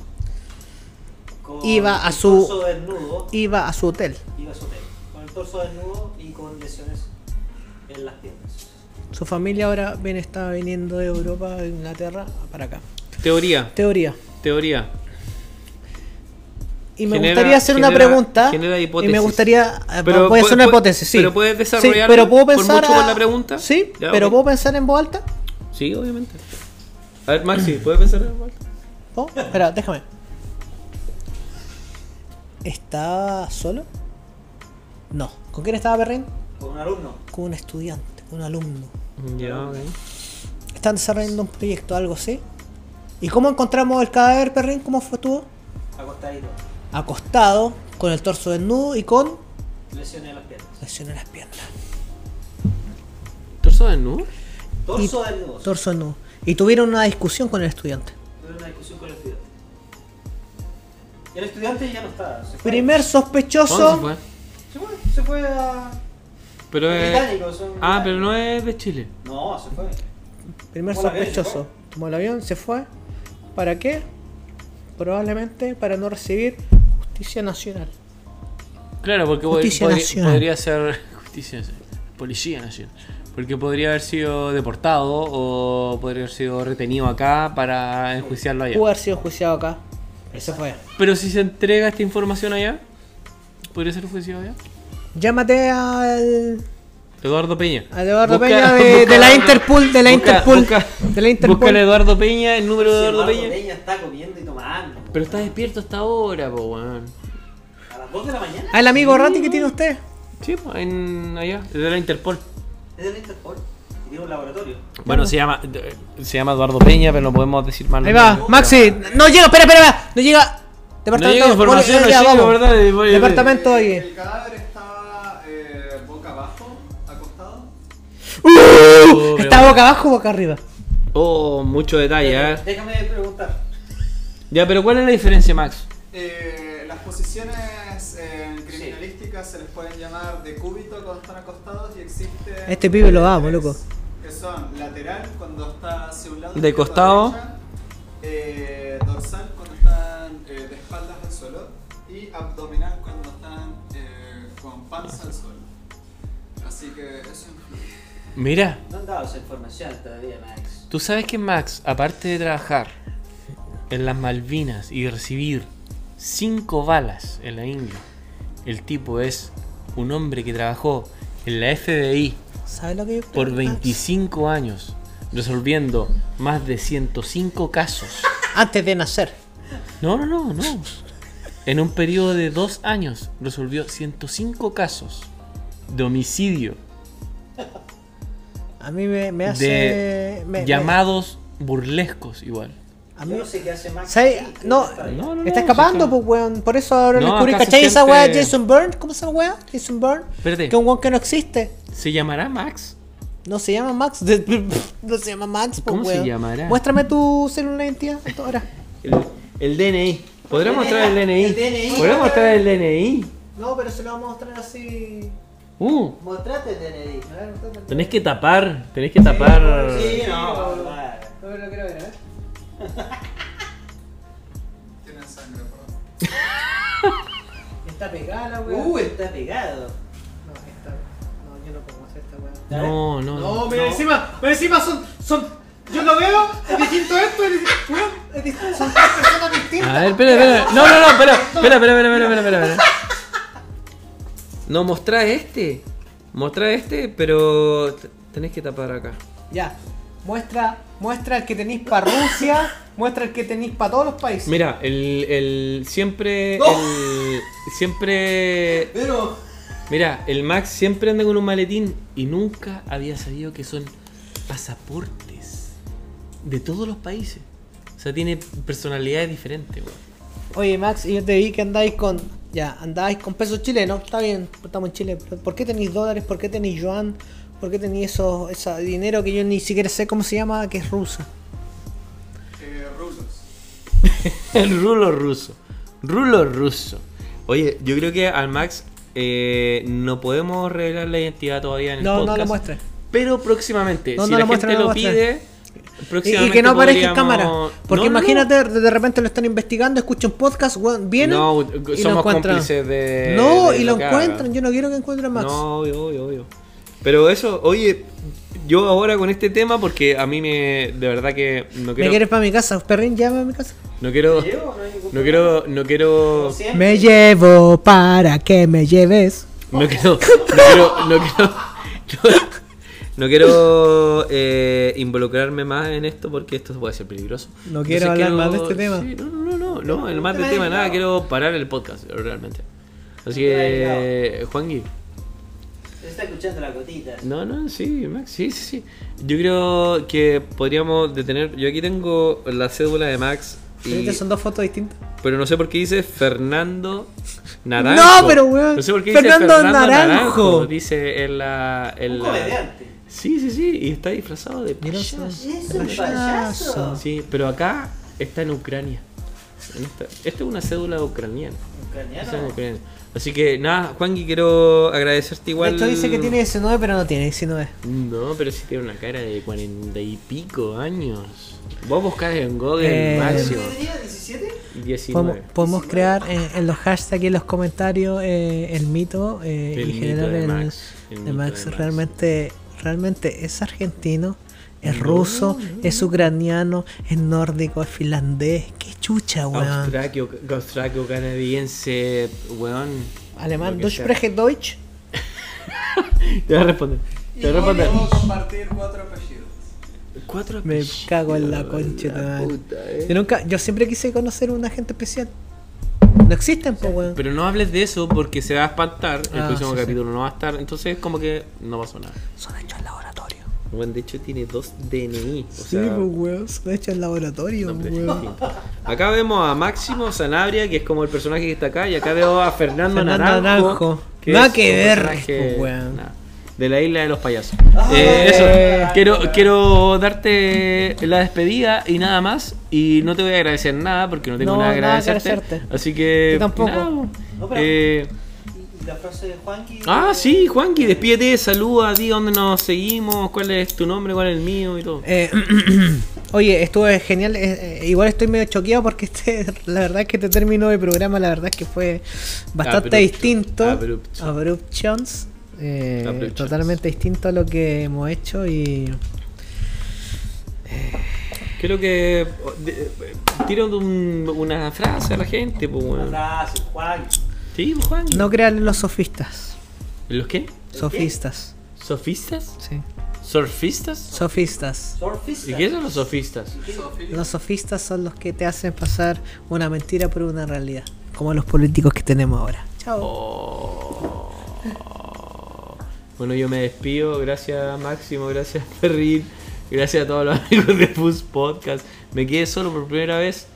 C: Con
B: Iba a
C: el
B: su-
C: torso desnudo.
B: Iba a su hotel.
C: Iba a su hotel. Con el torso desnudo y con lesiones en las piernas.
B: Su familia ahora viene, está viniendo de Europa, de Inglaterra, para acá.
A: Teoría,
B: Teoría.
A: teoría.
B: Y me
A: Genera-
B: gustaría hacer una
A: genera-
B: pregunta.
A: genera
B: y
A: hipótesis.
B: me gustaría.
A: Pero
B: voy a hacer
A: pu-
B: una
A: pu-
B: hipótesis, sí.
A: pero puedes
B: Sí,
A: desarrollar
B: pero puedo
A: por
B: pensar
A: mucho con
B: a-
A: la pregunta.
B: Sí,
A: Ya,
B: pero
A: ok.
B: puedo pensar en voz alta.
A: Sí, obviamente. A ver, Maxi, ¿puedes pensar en algo?
B: Oh, espera, déjame. ¿Estaba solo? No. ¿Con quién estaba Perrin?
C: Con un alumno.
B: Con un estudiante, con un alumno.
A: Mm, Ya, ok.
B: Están desarrollando un proyecto, algo así. ¿Y cómo encontramos el cadáver, Perrin? ¿Cómo fue tú?
C: Acostadito.
B: Acostado, con el torso desnudo y con
C: Lesiones en las piernas.
B: lesión en las piernas.
A: ¿Torso desnudo?
C: Torso desnudo.
B: Torso desnudo. Y tuvieron una discusión con el estudiante.
C: Tuve una discusión con el estudiante. Y el estudiante ya no está. Se fue.
B: Primer
A: ¿Dónde se
B: sospechoso.
A: fue?
C: Se fue, se fue a.
A: Pero
C: Es
A: es-
C: británico, son
A: Ah,
C: británicos.
A: pero no es de Chile.
C: No, se fue.
B: Primer
C: Tomó el avión y se
B: sospechoso. Tomó el avión, se fue. ¿Para qué? Probablemente para no recibir justicia nacional.
A: Claro, porque
B: Justicia
A: podri-
B: Nacional.
A: podría ser. Justicia Nacional. Policía Nacional. Porque podría haber sido deportado o podría haber sido retenido acá para enjuiciarlo allá.
B: Pudo haber sido juiciado acá. Eso fue.
A: Pero si se entrega esta información allá, ¿podría ser juiciado allá?
B: Llámate al.
A: Eduardo Peña.
B: A Eduardo
A: Busca-
B: Peña de,
A: busca-
B: de la Interpol, de la
A: busca-
B: Interpol,
A: busca-
B: de la Interpol.
A: Busca a Eduardo Peña, el número de
C: Eduardo
A: Eduardo Peña.
C: Peña está comiendo y tomando.
A: Pero está despierto hasta ahora, po, weón.
C: A las 2 de la mañana.
A: Ah.
B: Al amigo Ratti que tiene usted.
A: Sí, po, en, allá, es de la Interpol.
C: Es del Interpol. Y tiene un laboratorio.
A: Bueno, se llama, se llama Eduardo Peña, pero no podemos decir mal.
B: Ahí va, Maxi. No llega, espera, espera, espera. No llega.
A: No llega información,
B: Bueno,
A: no llega,
B: ya, vamos.
A: ¿verdad? Eh, voy-
B: Departamento
F: Eh,
B: oye.
F: El cadáver estaba eh, boca abajo, acostado.
A: Oh,
B: Está boca abajo o boca arriba.
A: Oh, mucho detalle, ¿eh?
C: Déjame preguntar.
A: Ya, pero ¿cuál es la diferencia, Max?
F: Eh, las posiciones eh, criminalísticas se les pueden llamar de cúbito cuando están acostados y existe.
B: Este pibe lo amo, loco.
F: Que son lateral cuando está hacia un lado.
A: De
F: izquierda a
A: costado.
F: derecha, eh, dorsal cuando están eh, de espaldas al suelo. Y abdominal cuando están eh, con panza al suelo. Así que eso influye.
A: Mira,
C: No han dado esa información todavía, Max.
A: tú sabes que Max, aparte de trabajar en las Malvinas y recibir cinco balas en la India, el tipo es un hombre que trabajó en la FBI
B: ¿Sabes lo que yo creo?
A: por 25 años, resolviendo más de 105 casos.
B: Antes de nacer.
A: No, no, no, no. En un periodo de dos años resolvió 105 casos de homicidio,
B: A mí me, me hace.
A: de
B: me- me-
A: llamados burlescos igual.
B: a
C: Yo
B: mí-
C: no sé qué hace Max.
B: ¿Sabes?
C: aquí, pero
B: No,
C: está bien.
A: No, no, no,
B: Está
A: sí
B: escapando,
A: está-
B: pues, weón. Por eso ahora
A: No,
B: lo descubrí.
A: acá se
B: ¿Cachai esa
A: siente-
B: weá? Jason Byrne. ¿Cómo se llama weá? Jason Byrne.
A: Espérate.
B: Que un weón que no existe.
A: ¿Se llamará Max?
B: No se llama Max. de- No se llama Max, pues,
A: ¿Cómo se
B: weón.
A: llamará?
B: Muéstrame tu celular de identidad. Ahora.
A: El, DNI. ¿Podrá mostrar el DNI?
C: El DNI.
A: ¿Podrá mostrar el DNI?
B: No, pero se lo vamos a mostrar así.
A: Uh,
C: Mostrate el DNI. A ver, mostrate el DNI.
A: tenés que tapar, tenés que tapar...
C: Sí, no. vale.
B: No me lo quiero ver, ¿eh?
F: Tienen sangre por abajo.
B: Está pegada la weá.
C: Uh, está pegado.
B: No, esta. No, yo no puedo hacer esta weá.
A: No, no, no.
B: mira, encima, pero encima son, son. Yo lo veo, es distinto esto, es, weón, es distinto, son tres personas distintas.
A: A ver, espera, espera. No, no, no, espera. Espera, espera, espera, espera, espera, espera. No, mostrá este. Mostrá este, pero t- tenés que tapar acá.
B: Ya, muestra, muestra el que tenéis para Rusia, muestra el que tenéis para todos los países.
A: Mira, el, el siempre el siempre
C: Pero.
A: mira, el Max siempre anda con un maletín y nunca había sabido que son pasaportes de todos los países. O sea, tiene personalidades diferentes, weón.
B: Oye, Max, y yo te vi que andáis con. Ya, andáis con pesos chilenos, está bien, pues estamos en Chile, pero ¿por qué tenéis dólares? ¿Por qué tenéis yuan? ¿Por qué tenéis eso, ese dinero que yo ni siquiera sé cómo se llama, que es rusa?
F: Eh, rulos.
A: El rulo ruso. Rulo ruso. Oye, yo creo que al Max eh, no podemos revelar la identidad todavía en el
B: No, no
A: podcast.
B: lo muestres.
A: Pero próximamente,
B: No,
A: si
B: no
A: la
B: lo muestres,
A: gente
B: no
A: lo
B: lo
A: pide,
B: Y,
A: próximamente
B: y que no aparezca en
A: podríamos-
B: cámara. Porque
A: No, no, no.
B: imagínate, de de repente lo están investigando, escuchan podcast, weón, vienen.
A: No,
B: y lo
A: somos
B: encuentran.
A: cómplices de.
B: No,
A: de
B: y lo
A: que haga.
B: encuentran. Yo no quiero que encuentren a Max.
A: No, obvio, obvio, obvio. Pero eso, oye, yo ahora con este tema, porque a mí me. De verdad que no
B: ¿Me
A: quiero.
B: quieres para mi casa? Perrin, llévame a mi casa.
A: No quiero.
C: ¿Te llevo? No hay ningún
A: No quiero. No quiero.
C: Como siempre.
B: Me llevo para que me lleves.
A: No quiero. No quiero. No quiero, no- no quiero, eh, involucrarme más en esto porque esto puede ser peligroso.
B: No quiero hablar más de este tema.
A: sí, no, no, no, no, no, el más
C: te
A: del
C: me
A: tema,
C: has
A: nada,
C: llegado.
A: quiero parar el podcast, realmente. Así
C: No te me has
A: que, Juangui,
C: Se está escuchando la gotita.
A: no, no, sí, Max, sí, sí, sí. Yo creo que podríamos detener. Yo aquí tengo la cédula de Max, y-
B: Estas este Son dos fotos distintas.
A: pero no sé por qué dice Fernando Naranjo.
B: No, pero, weón,
A: No sé por qué
B: Fernando
A: dice Fernando Naranjo.
B: Naranjo.
A: Dice en la. En
C: Un
A: la-
C: comediante.
A: Sí, sí, sí, y está disfrazado de
B: Mira,
A: payaso.
C: Es un payaso.
A: Sí, pero acá está en Ucrania. En esta, esta es una cédula ucraniana.
C: Ucraniano.
A: Esta es ucraniana. Así que nada, Juanqui, quiero agradecerte igual.
B: De hecho, dice que tiene 19, pero no tiene 19.
A: No, pero sí tiene una cara de cuarenta y pico años. Vos buscás en Google
B: Eh,
A: Maxio
C: ¿Qué tenía? ¿17?
A: 19.
B: Podemos, podemos crear en, en los hashtags y en los comentarios eh, el mito eh,
A: El
B: y
A: mito
B: generar
A: de
B: el,
A: Max, el
B: de
A: mito
B: Max.
A: de Max.
B: Realmente realmente es argentino,
A: Mm.
B: es ruso, es ucraniano, es nórdico, es finlandés. Qué chucha, weón.
A: Austraquio, austraquio, canadiense, weón.
B: Alemán,
A: Lo que
B: Deutsch
A: sea.
B: spreche Deutsch.
A: Te voy a responder.
F: Y
A: Te voy a responder.
F: puedo compartir cuatro apellidos.
A: Cuatro
B: Me
A: apellidos,
B: cago en la concha, de
A: la
B: madre.
A: puta, eh.
B: Yo nunca, yo siempre quise conocer un agente especial. No existen, pues, weón.
A: Pero no hables de eso porque se va a espantar. El
B: Ah,
A: próximo
B: sí, sí.
A: capítulo no va a estar. Entonces, como que no pasó nada.
B: Son hechos en laboratorio.
A: Bueno, de hecho, tiene dos DNI. O
B: Sí,
A: sea,
B: pues, weón. Son hechos en laboratorio,
A: nombres
B: weón.
A: distintos. Acá vemos a Máximo Sanabria, que es como el personaje que está acá. Y acá veo a Fernando,
B: Fernando
A: Naranjo.
B: Naranjo.
A: que
B: Nada
A: es
B: que
A: un
B: ver,
A: personaje-
B: pues, weón.
A: nada, De la isla de los payasos.
F: Ah,
A: Eh,
B: eh.
A: eso. Quiero, quiero darte la despedida y nada más. Y no te voy a agradecer nada porque no tengo
B: No,
A: nada que
B: nada que
A: agradecerte.
B: agradecerte.
A: Así que.
B: Yo tampoco.
A: nada,
C: No, pero-
A: eh,
C: Y- y La frase de Juanqui.
A: Ah,
C: eh,
A: sí, Juanqui, despídete, saluda, di dónde nos seguimos, cuál es tu nombre, cuál es el mío y todo.
B: Eh, oye, estuvo genial. eh, eh, igual estoy medio choqueado porque este, la verdad es que este término de programa, la verdad es que fue
A: Abrupto,
B: bastante distinto.
A: abrupto.
B: Abruptions, eh,
A: Abruptions.
B: Totalmente distinto a lo que hemos hecho y.
A: Creo que o, de- eh, tiro de un- una frase a la gente, pues
C: Una
A: bueno.
C: frase, Juanqui.
A: Sí, pues, Juanqui.
B: No crean en los sofistas.
A: ¿Los qué?
B: Sofistas,
A: ¿Sofistas?
B: sí.
A: ¿Surfistas?
B: Sofistas.
C: Surfista.
A: ¿Y qué son los sofistas?
F: Sofía.
B: Los sofistas son los que te hacen pasar una mentira por una realidad. Como los políticos que tenemos ahora. Chao.
A: Bueno, yo me despido, gracias Máximo, gracias Ferrín, gracias a todos los amigos de Fuzz Podcast. Me quedé solo por primera vez,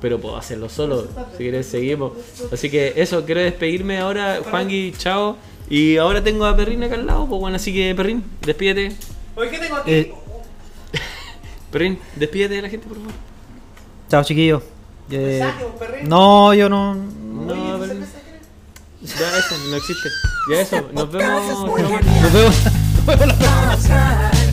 A: pero puedo hacerlo solo, si quieres seguimos. Así que eso, quiero despedirme ahora, Juanqui, chao. Y ahora tengo a Perrin acá al lado, pues bueno, así que Perrin, despídete.
C: Oye, ¿qué tengo aquí?
E: Eh,
A: Perrin, despídete de la gente, por favor.
E: Chao, chiquillos. Eh,
C: Mensaje, un perreo.
E: no, yo no.
A: No,
C: Oye, ¿esa
A: Perrin.
C: cerveza qué era?
A: Ya eso, no existe. Ya eso, nos vemos. chao.
D: Outside.